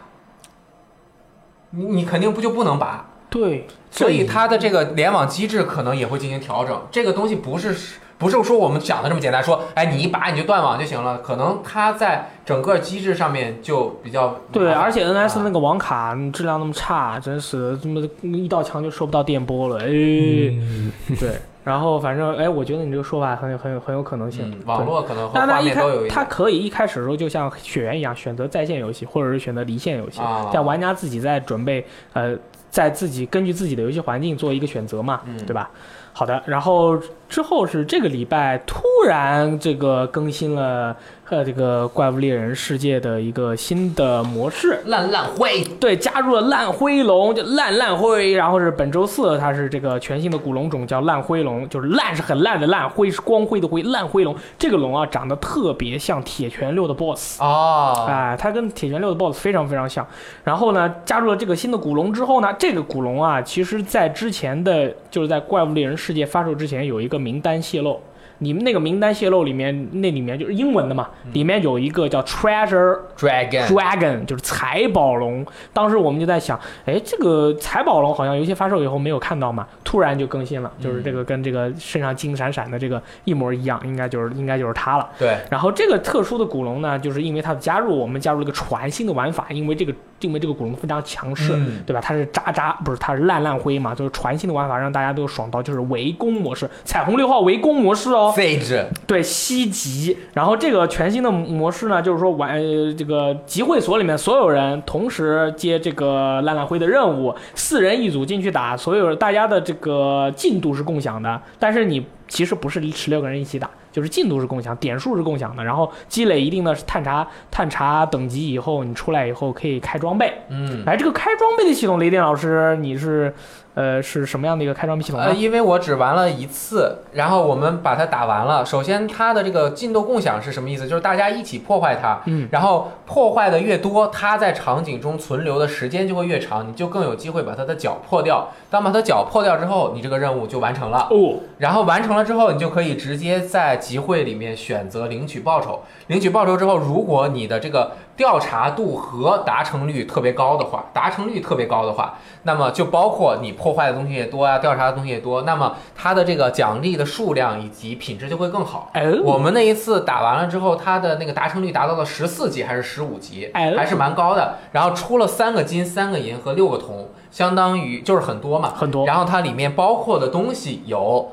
S2: 你你肯定不就不能拔？
S1: 对，
S2: 所以它的这个联网机制可能也会进行调整。这个东西不是不是说我们讲的这么简单，说哎你一拔你就断网就行了，可能它在整个机制上面就比较麻烦
S1: 对，而且 NS 那
S2: 啊
S1: 个网卡嗯质量那么差，真是这么一道墙就收不到电波了，哎，
S2: 嗯
S1: 对。然后反正哎，我觉得你这个说法很有很有很有可能性
S2: 嗯，，
S1: 对。
S2: 网络可能和
S1: 但
S2: 画
S1: 他一
S2: 面
S1: 开
S2: 都有，一
S1: 他
S2: 点。
S1: 可以一开始的时候就像血缘一样选择在线游戏，或者是选择离线游戏
S2: 啊，
S1: 但玩家自己在准备呃在自己根据自己的游戏环境做一个选择嘛，
S2: 嗯
S1: 对吧？好的，然后之后是这个礼拜突然这个更新了呃这个怪物猎人世界的一个新的模式，
S2: 烂烂灰，
S1: 对，加入了烂灰龙，就烂烂灰。然后是本周四，它是这个全新的古龙种叫烂灰龙，就是烂是很烂的烂，灰是光辉的灰，烂灰龙。这个龙啊，长得特别像铁拳六的 BOSS。
S2: 哦，
S1: 哎，它跟铁拳六的 BOSS 非常非常像。然后呢，加入了这个新的古龙之后呢，这个古龙啊，其实在之前的，就是在《怪物猎人世界》发售之前，有一个名单泄露。你们那个名单泄露里面，那里面就是英文的嘛，里面有一个叫 Treasure
S2: ，Dragon，
S1: Dragon 就是财宝龙。当时我们就在想，哎，这个财宝龙好像游戏发售以后没有看到嘛，突然就更新了，就是这个跟这个身上金闪闪的这个一模一样，应该就是应该就是它了。
S2: 对，
S1: 然后这个特殊的古龙呢，就是因为它的加入，我们加入了一个全新的玩法，因为这个因为这个古龙非常强势，
S2: 嗯
S1: 对吧？它是渣渣，不是它是烂烂灰嘛，就是全新的玩法让大家都爽到，就是围攻模式，彩虹六号围攻模式哦，
S2: Sage，
S1: 对西集，然后这个全新的模式呢，就是说玩、呃、这个集会所里面所有人同时接这个烂烂灰的任务，四人一组进去打，所有大家的这个进度是共享的，但是你其实不是十六个人一起打，就是进度是共享，点数是共享的，然后积累一定的探查探查等级以后，你出来以后可以开装备。
S2: 嗯，
S1: 哎，这个开装备的系统，雷电老师，你是呃是什么样的一个开装备系统呢？
S2: 呃，因为我只玩了一次，然后我们把它打完了。首先，它的这个进度共享是什么意思？就是大家一起破坏它，
S1: 嗯，
S2: 然后破坏的越多，它在场景中存留的时间就会越长，你就更有机会把它的脚破掉。当把它脚破掉之后，你这个任务就完成了。
S1: 哦，
S2: 然后完成了之后，你就可以直接在集会里面选择领取报酬。领取报酬之后，如果你的这个调查度和达成率特别高的话，达成率特别高的话，那么就包括你破坏的东西也多啊，调查的东西也多，那么它的这个奖励的数量以及品质就会更好。
S1: 哎，
S2: 我们那一次打完了之后，它的那个达成率达到了十四级还是十五级，
S1: 哎
S2: 还是蛮高的。然后出了三个金、三个银和六个铜，相当于就是很多嘛。
S1: 很多。
S2: 然后它里面包括的东西有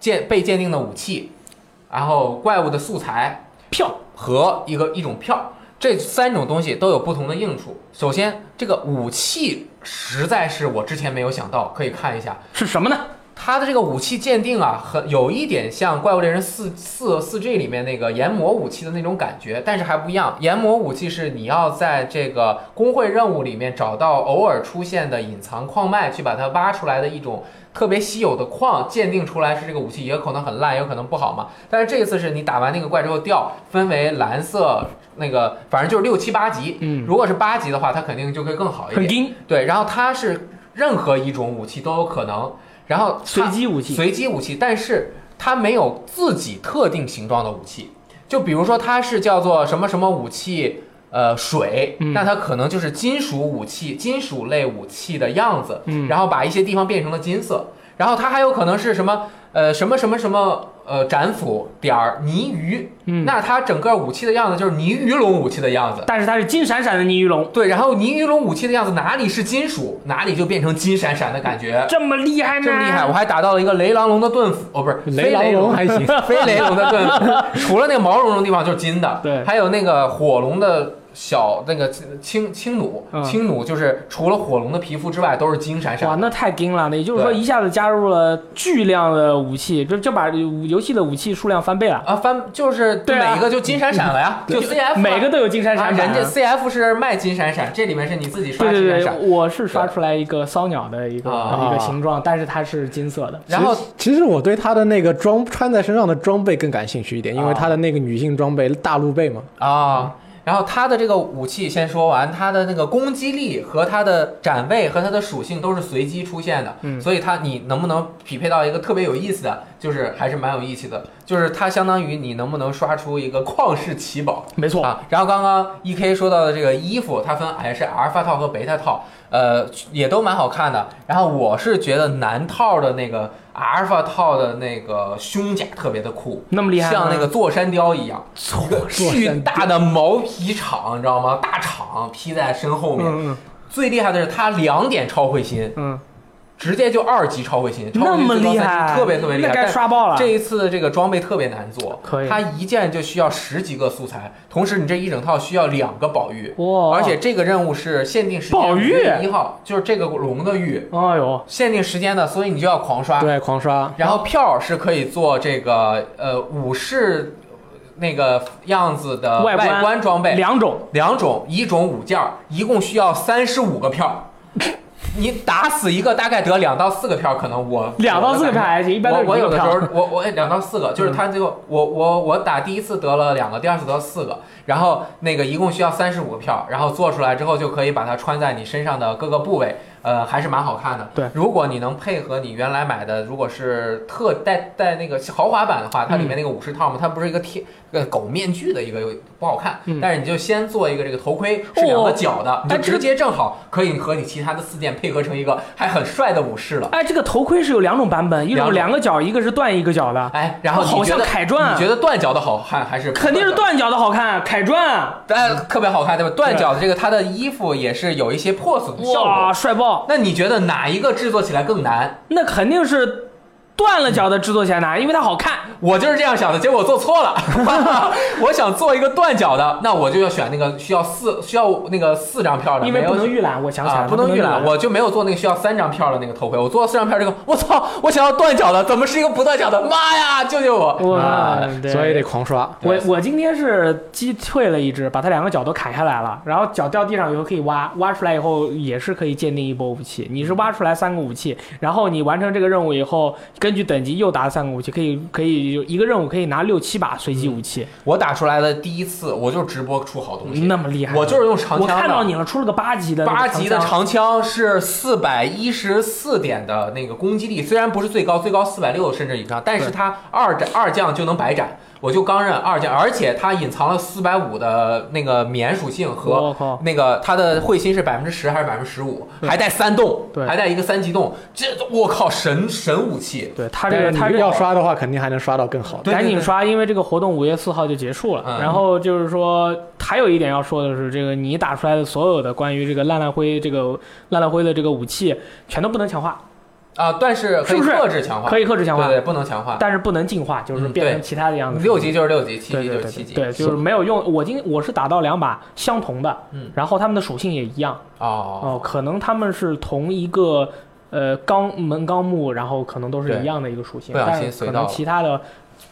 S2: 鉴被鉴定的武器，然后怪物的素材
S1: 票
S2: 和一个一种票，这三种东西都有不同的用处。首先，这个武器实在是我之前没有想到，可以看一下
S1: 是什么呢？
S2: 哦它的这个武器鉴定啊，很有一点像《怪物猎人四四四 G》里面那个研磨武器的那种感觉，但是还不一样。研磨武器是你要在这个工会任务里面找到偶尔出现的隐藏矿脉，去把它挖出来的一种特别稀有的矿，鉴定出来是这个武器，也有可能很烂，也有可能不好嘛。但是这一次是你打完那个怪之后掉，分为蓝色那个，反正就是六七八级。
S1: 嗯，
S2: 如果是八级的话，它肯定就会更好一
S1: 很
S2: 点。
S1: 硬，
S2: 对，然后它是任何一种武器都有可能，然后它
S1: 随机武器。
S2: 随机武器，但是它没有自己特定形状的武器。就比如说，它是叫做什么什么武器，呃，水，
S1: 嗯
S2: 那它可能就是金属武器、金属类武器的样子，
S1: 嗯，
S2: 然后把一些地方变成了金色。然后它还有可能是什么，呃，什么什么什么，呃，斩斧点儿泥鱼，
S1: 嗯
S2: 那它整个武器的样子就是泥鱼龙武器的样子。
S1: 但是它是金闪闪的泥鱼龙，
S2: 对，然后泥鱼龙武器的样子哪里是金属，哪里就变成金闪闪的感觉。
S1: 这么厉害呢？
S2: 这么厉害！我还打到了一个雷狼龙的盾斧，哦，不是
S3: 雷
S2: 飞
S3: 狼
S2: 雷
S3: 龙还行，
S2: 飞雷龙的盾斧，除了那个毛茸茸的地方就是金的，
S1: 对
S2: 还有那个火龙的小那个青青弩
S1: 嗯，
S2: 青弩就是除了火龙的皮肤之外都是金闪
S1: 哇，
S2: 闪。
S1: 那太硬了！也就是说，
S2: 对
S1: 一下子加入了巨量的武器，就就把游戏的武器数量翻倍了，
S2: 啊，翻就是
S1: 对啊
S2: 每一个就金闪闪 了呀，就 CF 啊
S1: 每个都有金闪
S2: 啊
S1: 闪版
S2: 人家 CF 是卖金闪闪，这里面是你自己刷
S1: 对
S2: 金
S1: 对
S2: 闪闪
S1: 对，。我是刷出来一个骚鸟的一个一
S2: 啊
S1: 个形状，但是它是金色的。
S2: 然后
S3: 其实其实我对他的那个装穿在身上的装备更感兴趣一
S1: 啊
S3: 点，因为他的那个女性装备大露背嘛，
S2: 啊。然后它的这个武器先说完，它的那个攻击力和它的展位和它的属性都是随机出现的，
S1: 嗯
S2: 所以它你能不能匹配到一个特别有意思的，就是还是蛮有意思的，就是它相当于你能不能刷出一个旷世奇宝
S1: 没错，
S2: 啊。然后刚刚 E K 说到的这个衣服，它分也是阿尔法套和贝塔套，呃，也都蛮好看的。然后我是觉得男套的那个阿尔法套的那个胸甲特别的酷，
S1: 那么厉害吗，
S2: 像那个座山雕一样。一个
S3: 座
S2: 巨
S3: 山
S2: 大的毛皮厂，你知道吗？大厂披在身后面。
S1: 嗯嗯
S2: 最厉害的是它两点超会心，
S1: 嗯，
S2: 直接就二级超回新，超
S1: 那
S2: 回新
S1: 么
S2: 最高
S1: 厉
S2: 三星
S1: 害，
S2: 特别特别厉害。
S1: 那该
S2: 但
S1: 刷爆了。
S2: 这一次这个装备特别难做，
S1: 可以
S2: 它一件就需要十几个素材，同时你这一整套需要两个宝玉，
S1: 哇，
S2: 而且这个任务是限定时间
S1: 哦宝玉
S2: 一号，就是这个龙的玉，
S1: 哎呦，
S2: 限定时间的，所以你就要狂
S1: 啊
S2: 刷。
S3: 对，狂刷，
S2: 然后票是可以做这个呃武士那个样子的
S1: 外
S2: 外
S1: 观
S2: 观装备，
S1: 两种，
S2: 两种，一种五件儿，一共需要三十五个票。你打死一个大概得两到四个票，可能我
S1: 两到四个票还行，一般都
S2: 我我
S1: 是一
S2: 有
S1: 个
S2: 的时
S1: 票嗯
S2: 候。我我哎两到四个，就是他这个我我我打第一次得了两个，第二次得了四个，然后那个一共需要三十五个票，然后做出来之后就可以把它穿在你身上的各个部位，呃，还是蛮好看的。
S1: 对
S2: 如果你能配合你原来买的，如果是特带带那个豪华版的话，它里面
S1: 嗯
S2: 那个武士套嘛，它不是一个贴呃狗面具的一个不好看，
S1: 嗯
S2: 但是你就先做一个这个头盔是两个角的，你
S1: 哎
S2: 就
S1: 这个
S2: 直接正好可以和你其他的四件配合成一个还很帅的武士了。
S1: 哎，这个头盔是有两种版本，一种
S2: 两种
S1: 两个角，一个是断一个角的，
S2: 哎，然后你
S1: 好
S2: 觉
S1: 像
S2: 得
S1: 凯传啊
S2: 你觉得断脚的好看还是不
S1: 肯定是
S2: 断
S1: 断角的好看，凯啊传，
S2: 脚，哎，特别好看，对吧？断脚的这个它的衣服也是有一些破损的效
S1: 哇，
S2: 果。
S1: 帅爆！
S2: 那你觉得哪一个制作起来更难？
S1: 那肯定是断了脚的制作起来难，因为它好看。
S2: 我就是这样想的，结果做错了。 我想做一个断脚的，那我就要选那个需要四需要那个四张票的，
S1: 因为
S2: 没
S1: 不
S2: 有
S1: 能预览，我想起来
S2: 啊，
S1: 了，
S2: 不能预览，我就没有做那个需要三张票的那个头盔，我做了四张票这个，我操，我想要断脚的，怎么是一个不断脚的？妈呀，救救我！
S1: 哇
S2: 啊，
S1: 对
S3: 所以得狂刷。
S1: 我
S2: 对
S1: 我今天是击退了一只，把它两个脚都砍下来了，然后脚掉地上以后可以挖，挖出来以后也是可以鉴定一波武器。你是挖出来三个武器，然后你完成这个任务以后，根据等级又打三个武器，可以可以有一个任务可以拿六七把随机武器，
S2: 我打出来的第一次，我就直播出好东西，
S1: 那么厉害。
S2: 我就是用长
S1: 我
S2: 枪的。
S1: 看到你了，出了个八级的那个
S2: 八级的
S1: 长枪
S2: 长枪是四百一十四点的那个攻击力，虽然不是最高，最高四百六甚至以上，但是它二斩二将就能百斩，我就刚刃二将，而且它隐藏了四百五的那个免属性和
S1: 我靠，
S2: 那个它的会心是百分之十还是百分之十五，还带三动
S1: 对，
S2: 还带一个三级动，这我靠神神武器，
S1: 对他这个
S3: 但是
S1: 他这
S3: 你
S1: 个
S3: 要刷的话，肯定还能刷到更好的。
S2: 对
S1: 赶紧刷，因为这个活动五月四号就结束了。
S2: 嗯
S1: 然后就是说，还有一点要说的是，这个你打出来的所有的关于这个烂烂灰这个烂烂灰的这个武器，全都不能强化，
S2: 啊，但是可
S1: 是
S2: 以
S1: 不是
S2: 克制强化，
S1: 可以克制强化
S2: 啊对，对，不能强化，
S1: 但是不能进化，就是
S2: 嗯
S1: 变成
S2: 对
S1: 其他的样子。
S2: 六级就是六级，七
S1: 对
S2: 级就
S1: 对
S2: 是
S1: 对
S2: 七级，
S1: 对，就是没有用。我今我是打到两把相同的，
S2: 嗯
S1: 然后它们的属性也一样
S2: 哦，
S1: 哦，可能它们是同一个呃纲门纲目，然后可能都是
S2: 对
S1: 一样的一个属性，
S2: 不小
S1: 但
S2: 心
S1: 是
S2: 随
S1: 可
S2: 到
S1: 能
S2: 了嗯
S1: 其他的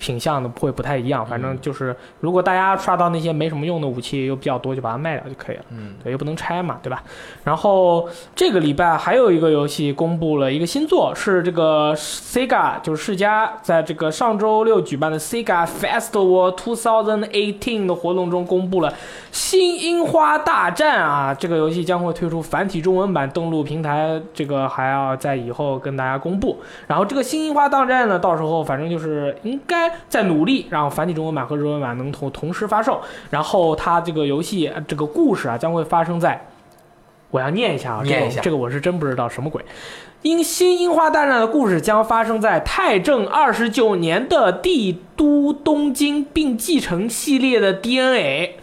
S1: 品相的会不太一样。反正就是，如果大家刷到那些没什么用的武器又比较多，就把它卖掉就可以了。
S2: 嗯。
S1: 对，又不能拆嘛，对吧？然后这个礼拜还有一个游戏公布了一个新作，是这个 Sega，就是世嘉在这个上周六举办的 Sega Festival 2018的活动中公布了《新樱花大战》啊，这个游戏将会推出繁体中文版，登陆平台这个还要在以后跟大家公布。然后这个《新樱花大战》呢，到时候反正就是应该在努力让繁体中文版和日文版能同同时发售。然后它这个游戏呃这个故事啊，将会发生在，我要念一下啊，这个
S2: 念一下
S1: 这个我是真不知道什么鬼。因新樱花大战的故事将发生在太正二十九年的帝都东京，并继承系列的 DNA。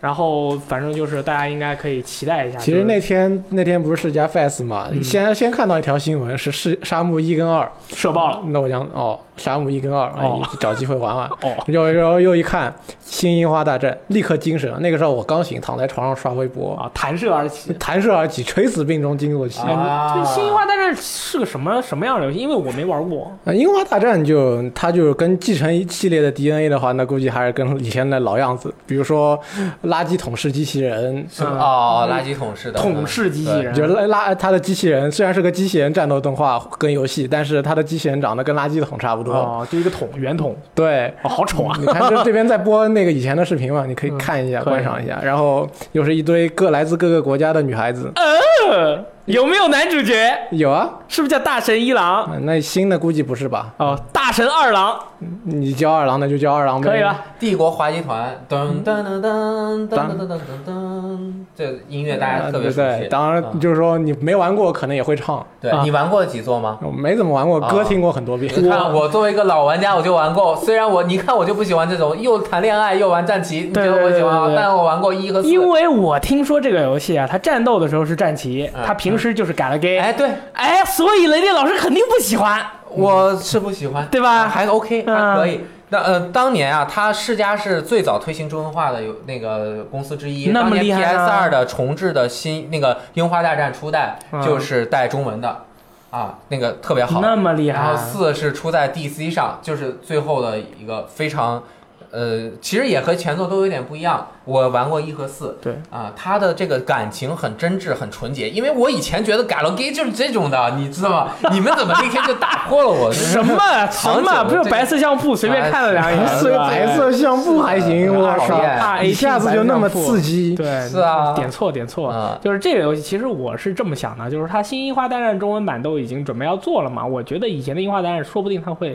S1: 然后反正就是大家应该可以期待一下。
S3: 其
S1: 就
S3: 实
S1: 是
S3: 那天那天不是世嘉 FES 嘛，
S1: 嗯
S3: 先先看到一条新闻是是沙漠一跟二
S1: 射爆了，
S3: 那我想哦，沙漠一跟二，
S1: 哦
S3: 哎找机会玩玩。
S1: 哦，
S3: 又又又一看《新樱花大战》，立刻精神了。那个时候我刚醒，躺在床上刷微博，
S1: 啊，弹射而起。哎
S3: 弹射而起，垂死病中惊坐起。
S2: 啊
S1: 这《新樱花大战》是个什么什么样的游戏？因为我没玩过。
S3: 呃，樱花大战就它就是跟继承一系列的 DNA 的话，那估计还是跟以前的老样子，比如说垃圾桶式机器人，
S1: 是吧
S2: 哦，垃圾桶式
S1: 嗯
S2: 的嗯
S1: 桶式机器人
S3: 就是拉拉它的机器人虽然是个机器人战斗动画跟游戏，但是它的机器人长得跟垃圾桶差不多。
S1: 哦，就一个桶，圆桶，
S3: 对，
S2: 嗯
S3: 嗯
S1: 哦，好丑啊！
S3: 你看这这边在播那个以前的视频嘛，你可以
S1: 嗯
S3: 看一下、
S1: 可以
S3: 观赏一下。然后又是一堆各来自各个国家的女孩子，
S1: 呃，有没有男主角？
S3: 有啊，
S1: 是不是叫大神一郎？
S3: 嗯那新的估计不是吧？
S1: 哦，大神二郎，
S3: 你叫二郎那就叫二郎呗。啊
S1: 可以啊吧？
S2: 帝国滑稽团，噔噔噔噔噔噔噔噔噔，这音乐大家特别
S3: 呃
S2: 熟
S3: 对，
S2: 悉。嗯
S3: 当然就是说你没玩过，可能也会唱。
S2: 对
S1: 啊
S2: 你玩过几座吗？
S3: 我没怎么玩过，
S2: 啊
S3: 歌听过很多遍。
S2: 你看我作为一个老玩家，我就玩过。虽然我你看我就不喜欢这种又谈恋爱又玩战棋，你觉
S1: 对
S2: 得我
S1: 对对
S2: 喜欢吗？
S1: 对
S2: 但我玩过一和四。
S1: 因为我听说这个游戏啊，它战斗的时候是战旗，
S2: 嗯
S1: 它平时就是改了 gay，
S2: 哎，对，
S1: 哎，所以雷电老师肯定不喜欢，
S2: 我是不喜欢，啊
S1: 对吧
S2: 还 OK，
S1: 嗯
S2: 还可以。那呃，当年啊，它世嘉是最早推行中文化的有那个公司之一。
S1: 那么厉害啊
S2: PS 二的重置的新那个《樱花大战》初代
S1: 嗯
S2: 就是带中文的，啊，那个特别好。
S1: 那么厉
S2: 然
S1: 害
S2: 后，四是出在 DC 上，就是最后的一个非常，呃，其实也和前作都有点不一样。我玩过一和四，
S1: 对
S2: 啊，他的这个感情很真挚，很纯洁。因为我以前觉得 g a l gay 就是这种的，你知道 吗？你们怎么那天就打破了我？
S1: 什么什
S2: 长
S1: 么，
S2: 久
S1: 不就
S2: 这个
S1: 白色相扑随便看了两眼，
S2: 哎
S1: 是
S3: 所以
S1: 吧
S3: 白色相扑还行，
S2: 是
S3: 我
S2: 啊
S3: 操
S2: 讨厌，
S1: 啊
S3: 一下子就那么刺激。
S1: 对，
S2: 是啊
S1: 点错点错，
S2: 嗯
S1: 就是这个游戏，其实我是这么想的，就是它新《樱花大战》中文版都已经准备要做了嘛，我觉得以前的《樱花大战》说不定它会，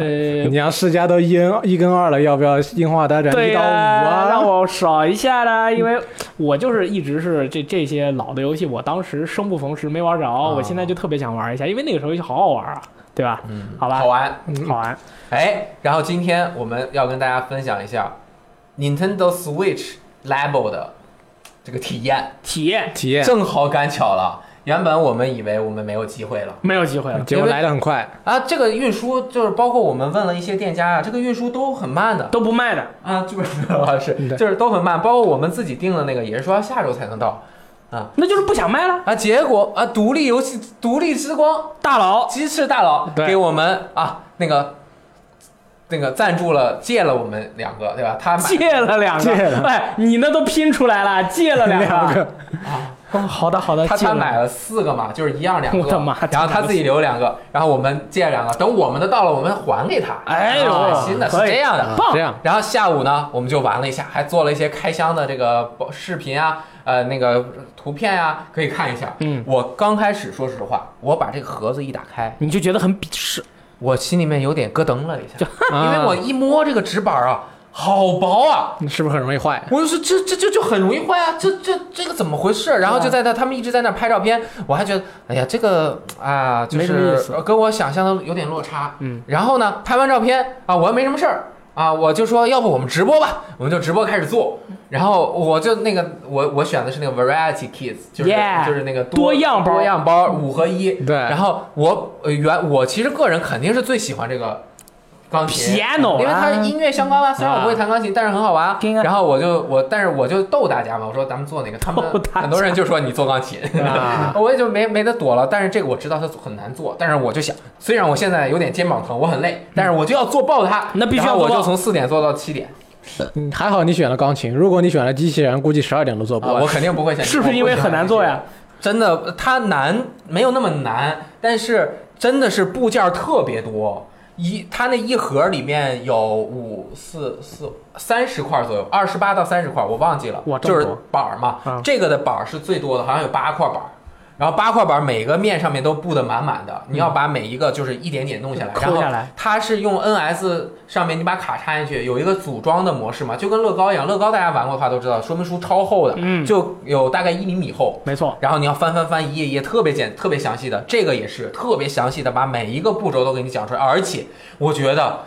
S1: 呃。
S3: 你让世嘉都一一跟二了，要不要樱花大战
S1: 对
S3: 一
S1: 呀、
S3: 到五
S1: 让
S3: 啊？
S1: 我少一下啦，因为我就是一直是这这些老的游戏，我当时生不逢时没玩着，
S2: 啊
S1: 我现在就特别想玩一下，因为那个时候游戏好好玩啊，对吧？
S2: 嗯，
S1: 好吧
S2: 好玩。
S1: 嗯好玩，
S2: 哎，然后今天我们要跟大家分享一下 Nintendo Switch Level 的这个体验，
S1: 体验
S3: 体验，
S2: 正好赶巧了。原本我们以为我们没有机会了。
S1: 没有机会
S2: 嗯
S1: 了，
S3: 结果来的很快。
S2: 啊，这个运输就是包括我们问了一些店家啊，这个运输都很慢的
S1: 都不卖的，
S2: 啊，基本上是
S1: 嗯
S3: 对
S2: 就是都很慢，包括我们自己订的那个也是说要下周才能到
S1: 那就是不想卖了。
S2: 啊，结果啊，独立游戏独立之光
S1: 大佬，
S2: 鸡翅大佬
S3: 对
S2: 给我们啊那个那个赞助了借了我们两个对吧？他买
S1: 借了两个，
S3: 借了
S1: 哎，你那都拼出来了，借 了 两
S3: 两
S1: 个。
S3: 个
S1: 哦，好的好的，
S2: 他
S1: 借
S2: 他
S1: 了
S2: 买了四个嘛，就是一样两个，
S1: 我的妈
S2: 然后他自己留两个，然后我们借两个，等我们的到了我们还给他，
S1: 哎呦
S2: 啊新的是
S1: 可以
S2: 这样的，
S3: 啊
S1: 棒
S3: 这样
S2: 然后下午呢，我们就玩了一下，还做了一些开箱的这个报视频啊，呃，那个图片啊，可以看一下。
S1: 嗯，
S2: 我刚开始说实话，我把这个盒子一打开，
S1: 你就觉得很鄙视，
S2: 我心里面有点咯噔了一下，因为
S3: 啊
S2: 我一摸这个纸板啊，好薄啊。
S3: 是不是很容易坏？
S2: 我就说这这这就很容易坏啊，这这这个怎么回事？然后就
S1: 啊
S2: 在那他们一直在那拍照片，我还觉得哎呀这个啊就
S1: 没什么意
S2: 是
S1: 思
S2: 呃跟我想象的有点落差。
S1: 嗯，
S2: 然后呢拍完照片啊我也没什么事儿啊，我就说要不我们直播吧，我们就直播开始做。然后我就那个我我选的是那个 Variety Kids，就是
S1: Yeah，
S2: 就是那个
S1: 多样包
S2: 多样包五合一。
S3: 对
S2: 然后我呃原我其实个人肯定是最喜欢这个钢琴
S1: Piano
S2: 因为它
S1: 啊
S2: 是音乐相关嘛，虽然我不会弹钢琴，但是很好玩。
S1: 听啊
S2: 然后我就我，但是我就逗大家嘛，我说咱们做哪个？他们
S1: 逗大家
S2: 很多人就说你做钢 琴，
S3: 啊
S2: 我也就没没得躲了。但是这个我知道它很难做，但是我就想，虽然我现在有点肩膀疼，我很累，但是我就要做爆它。
S1: 嗯那必须要
S2: 然后
S1: 做
S2: 我
S1: 爆
S2: 就从四点做到七点
S3: 嗯，还好你选了钢琴，如果你选了机器人，估计十二点都做不
S2: 啊，
S3: 完。
S2: 我肯定不会想。
S1: 哦是不是因为很难做呀？
S2: 真的，它难没有那么难，但是真的是部件儿特别多。一，它那一盒里面有五四四三十块左右，二十八到三十块，我忘记了。
S1: 哇这
S2: 就
S1: 么多
S2: 是板儿嘛，
S1: 啊
S2: 这个的板儿是最多的，好像有八块板儿。然后八块板儿每个面上面都布的满满的，你要把每一个就是一点点弄下来，
S1: 嗯
S2: 然
S1: 抠
S2: 后
S1: 下来，
S2: 它是用 NS 上面你把卡插进去，有一个组装的模式嘛，就跟乐高一样。乐高大家玩过的话都知道，说明书超厚的，
S1: 嗯
S2: 就有大概一厘米厚。
S1: 没错，
S2: 然后你要翻翻翻一页一页，特别简、特别详细的，这个也是特别详细的，把每一个步骤都给你讲出来。而且我觉得，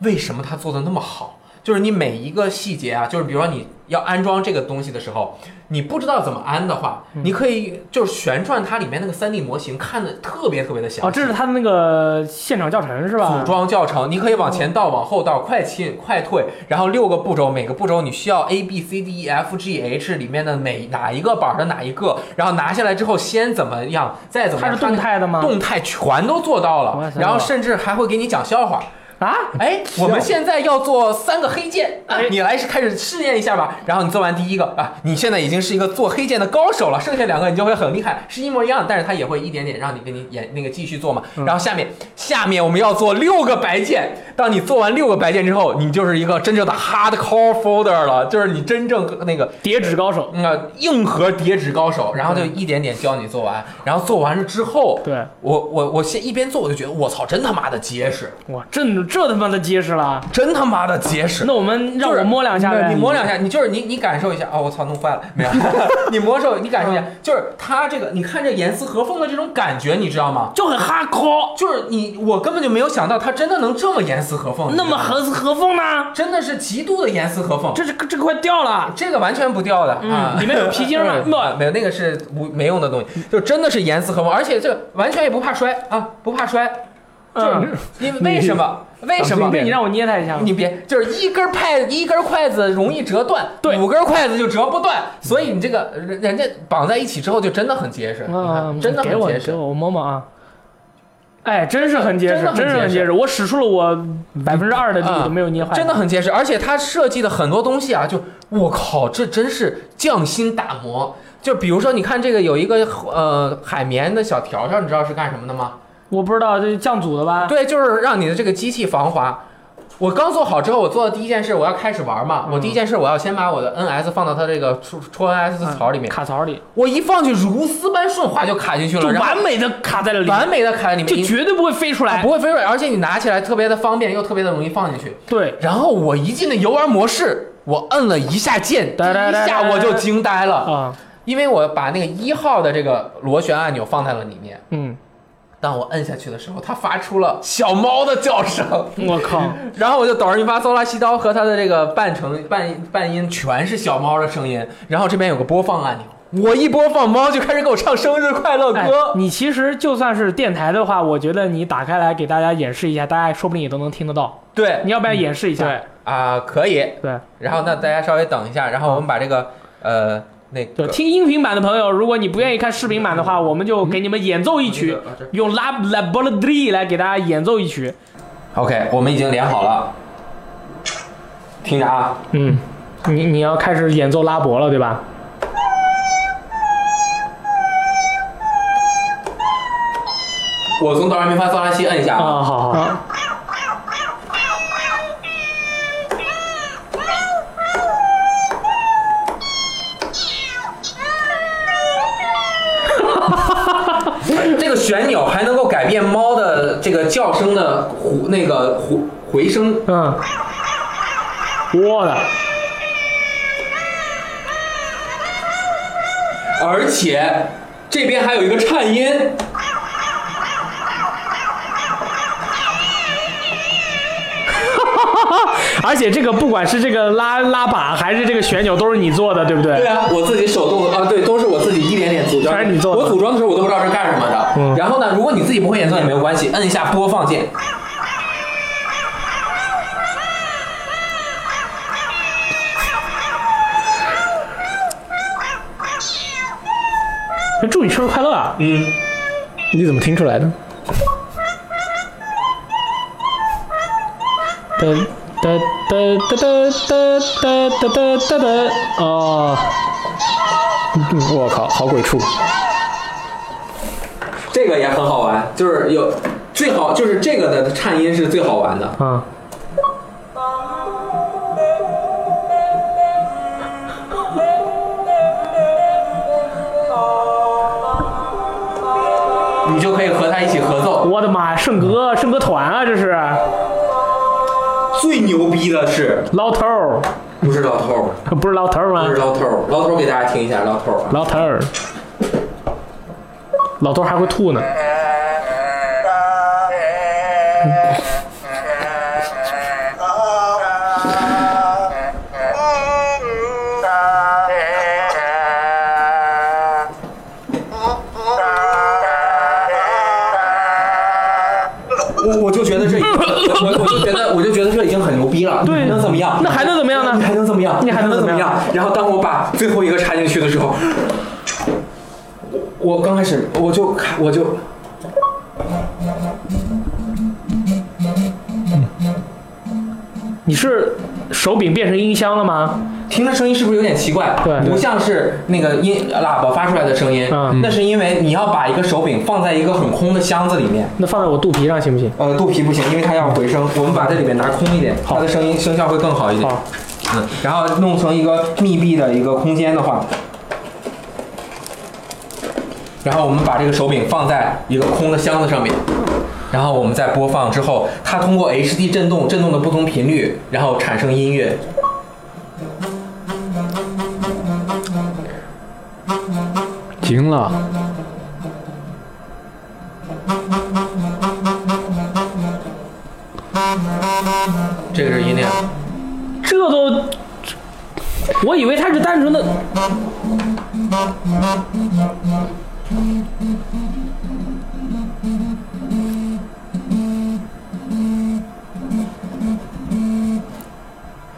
S2: 为什么它做的那么好，就是你每一个细节啊，就是比如说你要安装这个东西的时候，你不知道怎么安的话，你可以就是旋转它里面那个3 D 模型，看的特别特别的详细。
S1: 哦，这是他的那个现场教程是吧？
S2: 组装教程，你可以往
S1: 嗯
S2: 前倒、往后倒、快进、快退，然后六个步骤，每个步骤你需要 A B C D E F G H 里面的每哪一个板的哪一个，然后拿下来之后先怎么样，再怎么
S1: 它
S2: 样，
S1: 是动态的吗？
S2: 动态全都做到
S1: 哇
S2: 了，
S1: 塞
S2: 然后甚至还会给你讲笑话。
S1: 啊，
S2: 哎，我们现在要做三个黑键，啊
S1: 哎
S2: 你来开始试验一下吧。然后你做完第一个啊，你现在已经是一个做黑键的高手了，剩下两个你就会很厉害，是一模一样，但是它也会一点点让你给你演那个继续做嘛。
S1: 嗯
S2: 然后下面下面我们要做六个白键，当你做完六个白键之后，你就是一个真正的 hardcore folder 了，就是你真正那个
S1: 叠纸高手，
S2: 呃硬核叠纸高手，然后就一点点教你做完，然后做完了之后，
S1: 对
S2: 我我我先一边做我就觉得我操，真他妈的结实。
S1: 哇，正嗯，这他妈的结实了。
S2: 真他妈的结实。
S1: 那我们让我摸两下
S2: 对
S1: 呗。
S2: 你摸两下，你就是你，你感受一下。哦，我操，弄坏了， 没有？你摸手，你感受一
S1: 嗯
S2: 下，就是它这个，你看这严丝合缝的这种感觉，你知道吗？
S1: 就很哈抠，
S2: 就是你，我根本就没有想到它真的能这么严丝合缝，你知
S1: 那
S2: 道吗
S1: 么合合缝呢？
S2: 真的是极度的严丝合缝，
S1: 这是这快掉了，
S2: 这个完全不掉的啊
S1: 嗯，。里面有 皮筋吗？
S2: 啊
S1: 不，
S2: 没有，那个是无没用的东西，就真的是严丝合缝，而且这完全也不怕摔啊，不怕摔，
S1: 嗯，
S2: 因为为什么？为什
S3: 小
S2: 么
S3: 心？点
S1: 你让我捏它一下吧。
S2: 你别，就是一根筷子一根筷子容易折断，
S1: 对
S2: 五根筷子就折不断，所以你这个人人家绑在一起之后就真的很结实，
S1: 啊
S2: 你看，真的
S1: 给
S2: 很
S1: 我
S2: 结
S1: 给
S2: 实。
S1: 我，我摸摸啊。哎，真是很结实，
S2: 真的很
S1: 真是很
S2: 结
S1: 结实。我使出了我百分之二的力，
S2: 啊
S1: 都没有捏坏。
S2: 真的，很结实，而且它设计的很多东西啊，就我靠，这真是匠心打磨。就比如说，你看这个有一个呃海绵的小条条，你知道是干什么的吗？
S1: 我不知道这是降阻的吧？
S2: 对，就是让你的这个机器防滑。我刚做好之后，我做的第一件事，我要开始玩嘛。
S1: 嗯
S2: 我第一件事，我要先把我的 NS 放到它这个戳戳
S1: 嗯
S2: NS 槽里面。
S1: 卡槽里，
S2: 我一放去，如丝般顺滑就卡进去
S1: 就
S2: 了，然后
S1: 完美的卡在了里面，
S2: 完美的卡在里面，
S1: 就
S2: 一
S1: 绝对不会飞出
S2: 啊
S1: 来。
S2: 不会飞出来，而且你拿起来特别的方便，又特别的容易放进去。
S1: 对，
S2: 然后我一进的游玩模式，我摁了一下键，第
S1: 哒哒
S2: 一
S1: 哒哒
S2: 下我就惊呆了，
S1: 啊，
S2: 因为我把那个一号的这个螺旋按钮放在了里面，
S1: 嗯，
S2: 当我摁下去的时候，它发出了小猫的叫声。
S1: 我 靠，
S2: 然后我就哆来咪发嗦拉西哆和它的这个半成半半音全是小猫的声音，然后这边有个播放按钮，我一播放猫就开始给我唱生日快乐
S1: 哎
S2: 歌。
S1: 你其实就算是电台的话，我觉得你打开来给大家演示一下，大家说不定也都能听得到。
S2: 对
S1: 你要不要演示一下？
S2: 啊、可以。
S1: 对，
S2: 然后那大家稍微等一下，然后我们把这个呃那
S1: 就
S2: 个
S1: 听音频版的朋友，如果你不愿意看视频版的话，我们就给你们演奏一曲
S2: 啊这，
S1: 用 La La b o l d r i 来给大家演奏一曲。
S2: OK，我们已经连好了，听着啊，
S1: 嗯，你你要开始演奏拉伯了，对吧？
S2: 我从哆来咪发嗦拉西摁一下
S1: 啊、，好好，
S3: 啊，
S2: 这个旋钮还能够改变猫的这个叫声的回那个回回声。
S1: 嗯，我的，
S2: 而且这边还有一个颤音。
S1: 而且这个不管是这个拉拉把还是这个旋钮，都是你做的，对不对？
S2: 对啊，我自己手动啊，对，都是我自己一点点组装。
S1: 全是你做的
S2: 我组装的时候我都不知道是干什么的。
S1: 嗯
S2: 然后呢，如果你自己不会演奏也没有关系，摁一下播放键。
S1: 祝你生日快乐啊！
S2: 嗯，
S3: 你怎么听出来的？
S1: 哒哒哒哒哒哒哒哒哒哒哒，哦，
S3: 嗯我靠，好 鬼畜！
S2: 这个也很好玩，就是有最好就是这个的颤音是最好玩的。
S1: 嗯，
S2: 你就可以和它一起合奏。
S1: 我的妈呀，圣歌圣歌团啊，这是
S2: 最牛逼的是，
S1: 老头儿，
S2: 不是老头儿，
S1: 不是老头儿吗
S2: 不是？老头儿，老头儿给大家听一下，老头儿啊。
S1: 老头儿，老头儿还会吐呢。
S2: 我我就觉得这已经，我我就觉得我就觉得这已经很牛逼了，
S1: 对
S2: 能怎么样？
S1: 那还能怎么样呢
S2: 你还能怎么样？
S1: 你还能
S2: 能
S1: 怎么样
S2: 样？然后当我把最后一个插进去的时候，我我刚开始我就看我就。
S1: 你是手柄变成音箱了吗？
S2: 听着声音是不是有点奇怪？
S1: 对
S2: 不像是那个音喇叭发出来的声音，
S1: 嗯
S2: 那是因为你要把一个手柄放在一个很空的箱子里面，
S1: 那放在我肚皮上行不行？
S2: 呃，肚皮不行，因为它要回声，我们把这里面拿空一点，它的声音声效会更好一点。
S1: 好，
S2: 嗯，然后弄成一个密闭的一个空间的话，然后我们把这个手柄放在一个空的箱子上面，然后我们再播放之后，它通过 HD 震动震动的不同频率，然后产生音乐。
S3: 惊了。
S2: 这个是音量，
S1: 这都，我以为它是单纯的，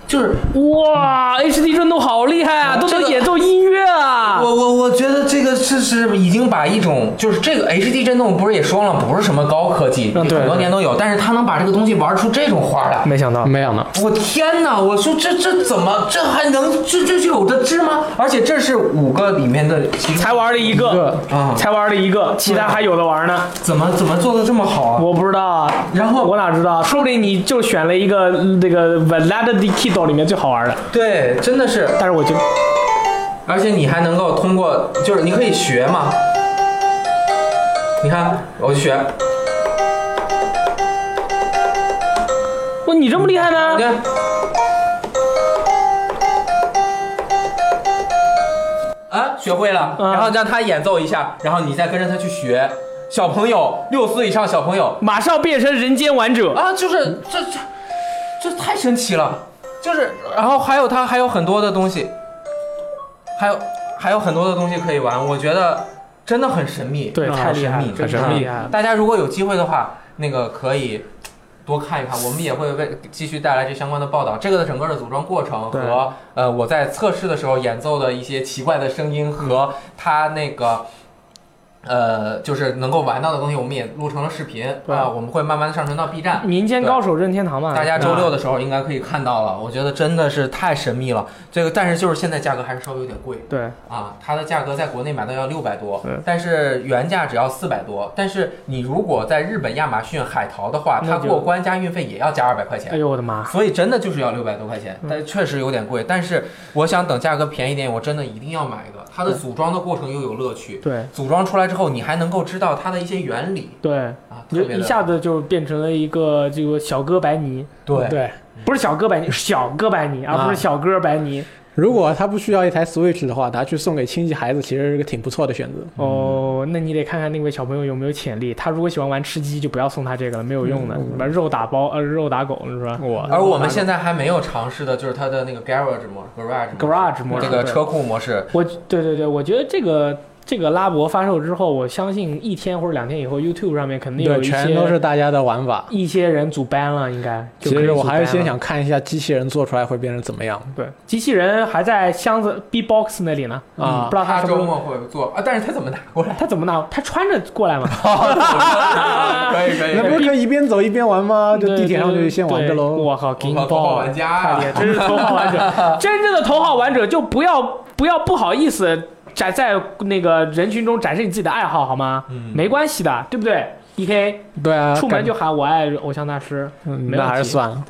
S2: 就是
S1: 哇，HD 震动好厉害啊，都
S2: 这
S1: 能
S2: 个
S1: 演奏音乐啊！
S2: 我我我觉得这个是是已经把一种就是这个 HD 震动不是也说了不是什么高科技，
S1: 嗯对
S2: 很多年都有，但是它能把这个东西玩出这种花来。
S1: 没想到，
S3: 没想到，
S2: 我天哪！我说这这怎么这还能这这有的治吗？而且这是五个里面的其中
S1: 才玩了一
S3: 一
S1: 个
S3: 个，
S2: 啊，
S1: 才玩了一个，其他还有的玩呢。
S2: 怎么怎么做的这么好啊？
S1: 我不知道啊，
S2: 然后
S1: 我哪知道？说不定你就选了一个嗯那个 Valada de Kido 里面最好玩的，
S2: 对，真的是，
S1: 但是我觉得
S2: 而且你还能够通过，就是你可以学嘛。你看，我就学，
S1: 哇，你这么厉害
S2: 你
S1: 呢？
S2: 看，啊，学会了，
S1: 嗯
S2: 然后让他演奏一下，然后你再跟着他去学。小朋友，六岁以上小朋友，
S1: 马上变成人间玩者，
S2: 啊，就是这这这太神奇了，就是然后还有它还有很多的东西，还有还有很多的东西可以玩，我觉得真的很神秘，
S1: 对，
S3: 啊
S1: 太厉害了
S2: 神
S1: 真
S2: 秘，
S1: 的
S3: 很
S1: 太
S3: 神秘
S1: 厉害了。
S2: 大家如果有机会的话，那个可以多看一看，我们也会为继续带来这相关的报道。这个的整个的组装过程
S1: 对
S2: 和呃我在测试的时候演奏的一些奇怪的声音和它那个。呃，就是能够玩到的东西，我们也录成了视频啊、
S1: 对嗯
S2: 我们会慢慢的上传到 B 站。
S1: 民间高手任天堂嘛，
S2: 大家周
S1: 对吧
S2: 六的时候应该可以看到了，我觉得真的是太神秘了。这个，但是就是现在价格还是稍微有点贵
S1: 对
S2: 啊，它的价格在国内买到要六百多
S1: 对，
S2: 但是原价只要四百多。但是你如果在日本亚马逊海淘的话，
S1: 那
S2: 它
S1: 就
S2: 过关加运费也要加二百块
S1: 哎
S2: 钱。
S1: 呦我的妈！
S2: 所以真的就是要六百多块钱
S1: 嗯，
S2: 但确实有点贵。但是我想等价格便宜一点，我真的一定要买一个。它的
S1: 对
S2: 组装的过程又有乐趣，
S1: 对
S2: 组装出来之后你还能够知道它的一些原理
S1: 对，
S2: 啊，
S1: 你
S2: 特
S1: 就
S2: 别
S1: 一
S2: 的
S1: 下子就变成了一个这个小哥白尼，
S2: 对嗯啊
S3: 对，
S1: 不是小哥白尼，是小哥白尼，而不是小哥白尼。
S3: 如果他不需要一台 Switch 的话，拿去送给亲戚孩子，其实是个挺不错的选择。
S2: 嗯
S1: 哦，那你得看看那位小朋友有没有潜力。他如果喜欢玩吃鸡，就不要送他这个了，没有用的。
S2: 嗯
S1: 什么肉打包，呃，肉打狗是吧？
S3: 我
S2: 而我们现在还没有尝试的就是它的那个 garage 模 garage 模式
S1: Garage 模式
S2: 这个
S1: 对
S2: 车库模式，
S1: 我对对对，我觉得这个这个拉博发售之后，我相信一天或者两天以后，YouTube 上面肯定有
S3: 对，
S1: 一些
S3: 全都是大家的玩法。
S1: 一些人组 ban 了，应该。就
S3: 其
S1: 可以
S3: 实我
S1: 组
S3: 还是
S1: ban
S3: 先
S1: 了
S3: 想看一下机器人做出来会变成怎么样
S1: 对，机器人还在箱子 B box 那里呢，嗯
S3: 啊
S1: 不知道他
S2: 他
S1: 什么
S2: 周
S1: 时候
S2: 末会做啊，但是他怎么拿过来？
S1: 他怎么拿，他穿着过 来嘛。
S2: 可以可以
S3: 那不
S2: 可以，
S3: 是可以一边走一边玩吗？啊就地铁上就先玩着
S1: 哎对
S3: 喽。
S1: 我靠，Game
S2: 我靠头号玩
S1: Boy
S2: 家
S1: 太
S2: 啊
S1: 厉害，真是头号玩 者，真正的头号玩者就不要不要不好意思展在那个人群中展示你自己的爱好好吗？
S2: 嗯，
S1: 没关系的，对不对？E K
S3: 对啊，
S1: 出门
S3: 感
S1: 就喊我爱偶像大师，
S3: 嗯
S1: 没
S3: 那
S1: 问
S3: 还是
S1: 题
S3: 算了。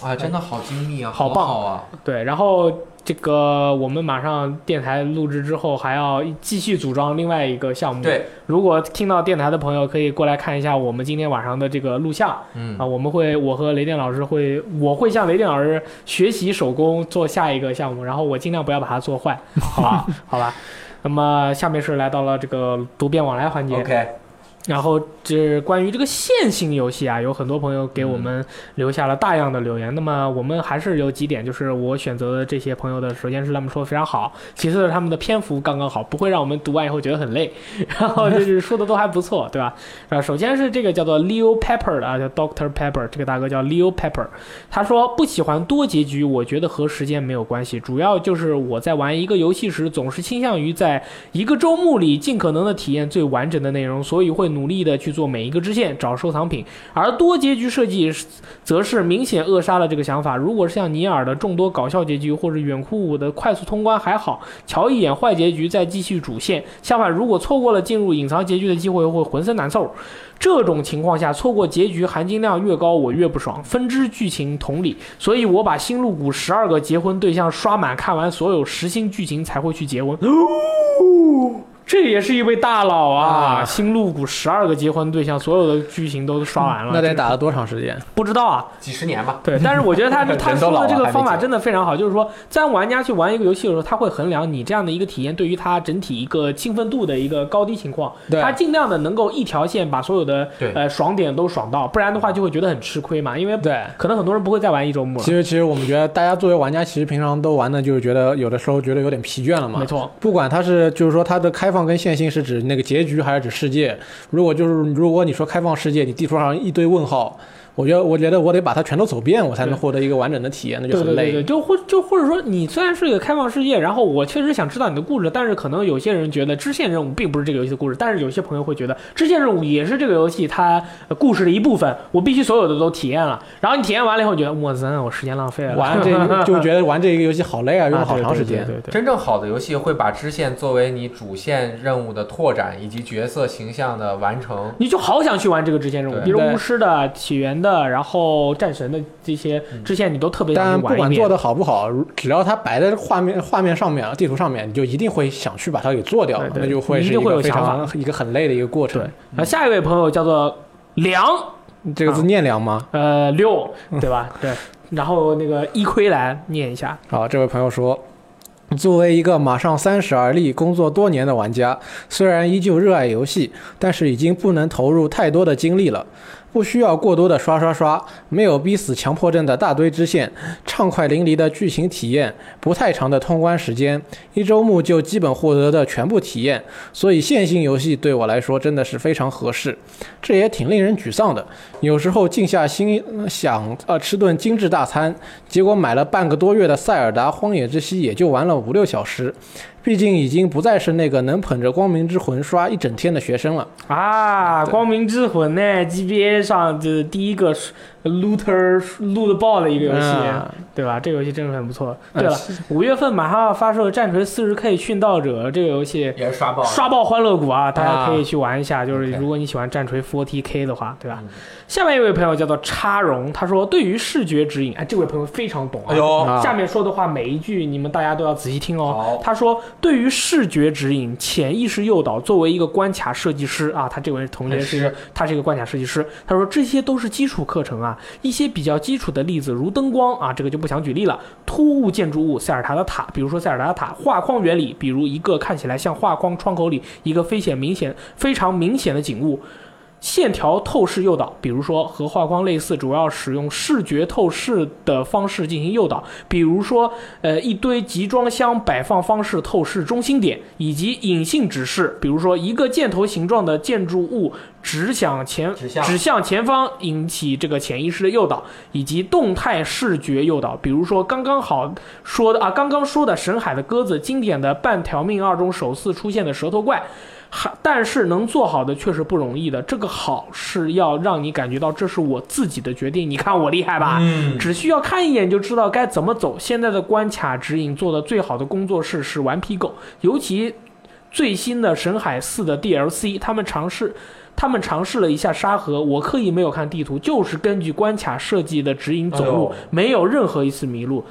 S2: 啊，真的好精密啊，
S1: 好
S2: 好
S1: 棒
S2: 好啊，
S1: 对，然后。这个我们马上电台录制之后，还要继续组装另外一个项目。，
S2: 对，
S1: 如果听到电台的朋友，可以过来看一下我们今天晚上的这个录像。
S2: 嗯
S1: 啊，，我们会，我和雷电老师会，我会向雷电老师学习手工做下一个项目，然后我尽量不要把它做坏，好吧？好吧。那么下面是来到了这个读编往来环节
S2: OK，
S1: 然后这关于这个线性游戏啊，有很多朋友给我们留下了大量的留言。那么我们还是有几点，就是我选择的这些朋友的，首先是他们说的非常好，其次是他们的篇幅刚刚好，不会让我们读完以后觉得很累， 然后就是说的都还不错，对吧？啊，首先是这个叫做 Leo Pepper 的啊，叫 Doctor Pepper，这个大哥叫 Leo Pepper，他说不喜欢多结局，我觉得和时间没有关系，主要就是我在玩一个游戏时，总是倾向于在一个周目里尽可能的体验最完整的内容，所以会努力的去做每一个支线，找收藏品。而多结局设计是则是明显扼杀了这个想法。如果是像尼尔的众多搞笑结局，或者远哭五的快速通关还好，瞧一眼坏结局再继续主线。相反，如果错过了进入隐藏结局的机会，会浑身难受。这种情况下，错过结局含金量越高，我越不爽。分支剧情同理，所以我把新露谷十二个结婚对象刷满，看完所有实心剧情才会去结婚。这也是一位大佬啊！
S3: 啊
S1: 新露谷十二个结婚对象，所有的剧情都刷完了，
S3: 那得
S1: 这
S3: 打了多长时间？
S1: 不知道啊。
S2: 几十年吧。
S1: 对，但是我觉得 他他
S2: 人都
S1: 说
S2: 老
S1: 的
S2: 了
S1: 这个
S2: 还没
S1: 方法
S2: 解
S1: 真的非常好，就是说，在玩家去玩一个游戏的时候，他会衡量你这样的一个体验对于他整体一个兴奋度的一个高低情况，
S3: 对
S1: 他尽量的能够一条线把所有的
S2: 对
S1: 呃爽点都爽到，不然的话就会觉得很吃亏嘛，因为
S3: 对。
S1: 可能很多人不会再玩一周目了
S3: 其。实，其实我们觉得，大家作为玩家，其实平常都玩的，就是觉得有的时候觉得有点疲倦了嘛。
S1: 没错，
S3: 不管它是就是说它的开放跟线性是指那个结局还是指世界，如果就是如果你说开放世界，你地图上一堆问号，我觉得我觉得我得把它全都走遍，我才能
S1: 对
S3: 获得一个完整的体验，那就
S1: 对
S3: 很
S1: 对对
S3: 累。
S1: 对，就或就或者说，你虽然是一个开放世界，然后我确实想知道你的故事，但是可能有些人觉得支线任务并不是这个游戏的故事，但是有些朋友会觉得支线任务也是这个游戏它呃故事的一部分，我必须所有的都体验了。然后你体验完了以后，你觉得我真我时间浪费了，
S3: 玩这 就觉得玩这一个游戏好累啊，用了好长时间。
S1: 啊对对对对对
S2: 真正好的游戏会把支线作为你主线任务的拓展以及角色形象的完成。
S1: 你就好想去玩这个支线任务，
S2: 对
S1: 比如
S3: 对
S1: 巫师的、起源的，然后战神的这些支线，你都特别想
S3: 嗯但
S1: 去
S3: 不
S1: 玩一
S3: 管
S1: 遍
S3: 做。的好不好，如只要它摆在画面画面上面、地图上面，你就一定会想去把它给做掉，
S1: 对对
S3: 那就会是
S1: 你一定会
S3: 个
S1: 有
S3: 非
S1: 想法
S3: 常一个很累的一个过程
S1: 对。
S3: 嗯
S1: 啊，下一位朋友叫做梁，啊
S3: 这个字念良吗？
S1: 呃六，对 吧？对。然后那个一亏来念一下，
S3: 好，这位朋友说。作为一个马上三十而立、工作多年的玩家，虽然依旧热爱游戏，但是已经不能投入太多的精力了。不需要过多的刷刷刷，没有逼死强迫症的大堆支线，畅快淋漓的剧情体验，不太长的通关时间，一周目就基本获得的全部体验。所以线性游戏对我来说真的是非常合适，这也挺令人沮丧的。有时候静下心想，呃，吃顿精致大餐，结果买了半个多月的《塞尔达：荒野之息》，也就玩了五六小时。毕竟已经不再是那个能捧着《光明之魂》刷一整天的学生了。
S1: 啊，
S3: 对
S1: 光明之魂呢，GBA 上就是第一个是 looter 录的爆的一个游戏，
S3: 嗯
S1: 对吧？这个游戏真的很不错。
S3: 嗯
S1: 对了，五月份马上要发售的《战锤 40K 殉道者》这个游戏。
S2: 也是刷爆了，
S1: 刷爆欢乐谷哦啊！大家
S3: 啊
S1: 可以去玩一下，就是
S2: OK
S1: 如果你喜欢战锤 40K 的话，对吧？
S2: 嗯
S1: 下面一位朋友叫做叉荣，他说对于视觉指引，哎，这位朋友非常懂啊。
S2: 哎呦，
S3: 啊
S1: 下面说的话每一句你们大家都要仔细听哦。
S2: 好，
S1: 他说，对于视觉指引、潜意识诱导，作为一个关卡设计师啊，他这位同学是一个
S2: 很
S1: 他是一个关卡设计师。他说这些都是基础课程啊，一些比较基础的例子，如灯光啊，这个就不想举例了。突兀建筑物，塞尔达的塔，比如说塞尔达的塔；画框原理，比如一个看起来像画框窗口里一个非显明显、非常明显的景物。线条透视诱导，比如说和画框类似，主要使用视觉透视的方式进行诱导，比如说呃一堆集装箱摆放方式透视中心点，以及隐性指示，比如说一个箭头形状的建筑物指向前
S2: 指向
S1: 前方，引起这个潜意识的诱导，以及动态视觉诱导，比如说刚刚好说的啊，刚刚说的神海的鸽子，经典的半条命二中首次出现的舌头怪。还但是能做好的确实不容易的，这个好是要让你感觉到这是我自己的决定，你看我厉害吧？
S2: 嗯，
S1: 只需要看一眼就知道该怎么走。现在的关卡指引做的最好的工作室是顽皮狗，尤其最新的《神海四》的 DLC，他们尝试。他们尝试了一下沙盒，我刻意没有看地图，就是根据关卡设计的指引走路，
S2: 哎呦
S1: 没有任何一次迷路。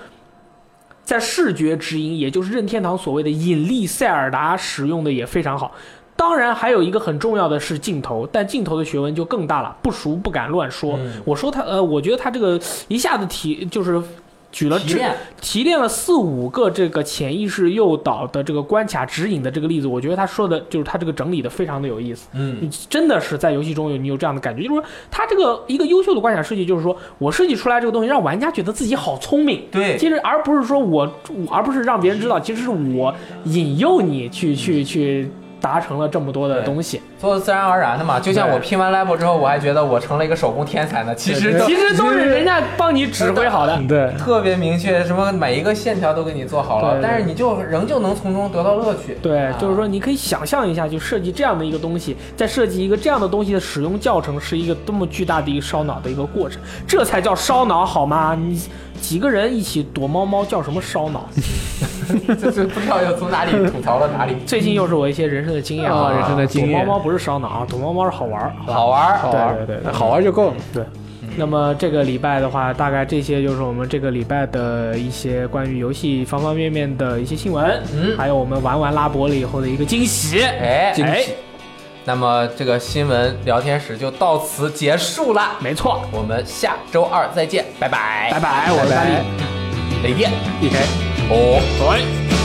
S1: 在视觉指引，也就是任天堂所谓的引力塞尔达使用的也非常好。当然，还有一个很重要的是镜头，但镜头的学问就更大了，不熟不敢乱说。
S2: 嗯
S1: 我说他呃，我觉得他这个一下子提就是举了
S2: 提
S1: 这
S2: 炼
S1: 提炼了四五个这个潜意识诱导的这个关卡指引的这个例子，我觉得他说的就是他这个整理的非常的有意思。
S2: 嗯，
S1: 你真的是在游戏中有你有这样的感觉，就是说他这个一个优秀的关卡设计，就是说我设计出来这个东西，让玩家觉得自己好聪明。
S2: 对，
S1: 其实而不是说我，我而不是让别人知道，其实是我引诱你去去去达成了这么多的
S2: 对
S1: 东西。
S2: 做的自然而然的嘛。就像
S1: 对
S2: 我拼完 level 之后，我还觉得我成了一个手工天才呢，其实
S3: 对
S2: 都
S1: 其实都是人家帮你指挥好的。
S3: 对，
S2: 特别明确，什么每一个线条都给你做好
S1: 对
S2: 了，
S1: 对
S2: 但是你就仍旧能从中得到乐趣。
S1: 对
S2: 啊，
S1: 就是说你可以想象一下，就设计这样的一个东西，再设计一个这样的东西的使用教程，是一个多么巨大的一个烧脑的一个过程，这才叫烧脑好吗？你几个人一起躲猫猫叫什么烧脑？。
S2: 这这不知道要从哪里吐槽到哪里
S1: 最近又是我一些人生的经验啊，
S3: 啊人生的经验
S1: 躲猫猫不是烧脑，啊，躲猫猫是好玩儿。
S2: 好玩儿，
S3: 呃好玩儿，
S1: 对对对
S3: 好玩儿就够了。
S1: 对，那么这个礼拜的话，大概这些就是我们这个礼拜的一些关于游戏方方面面的一些新闻，
S2: 嗯，
S1: 还有我们玩完拉博了以后的一个惊喜。
S2: 哎，
S3: 惊
S1: 哎
S3: 喜，
S2: 那么这个新闻聊天室就到此结束啦，
S1: 没错，
S2: 我们下周二再见，拜拜，
S1: 拜拜，我是大力，
S2: 再见，
S3: 一开。
S2: 哦。
S1: 走。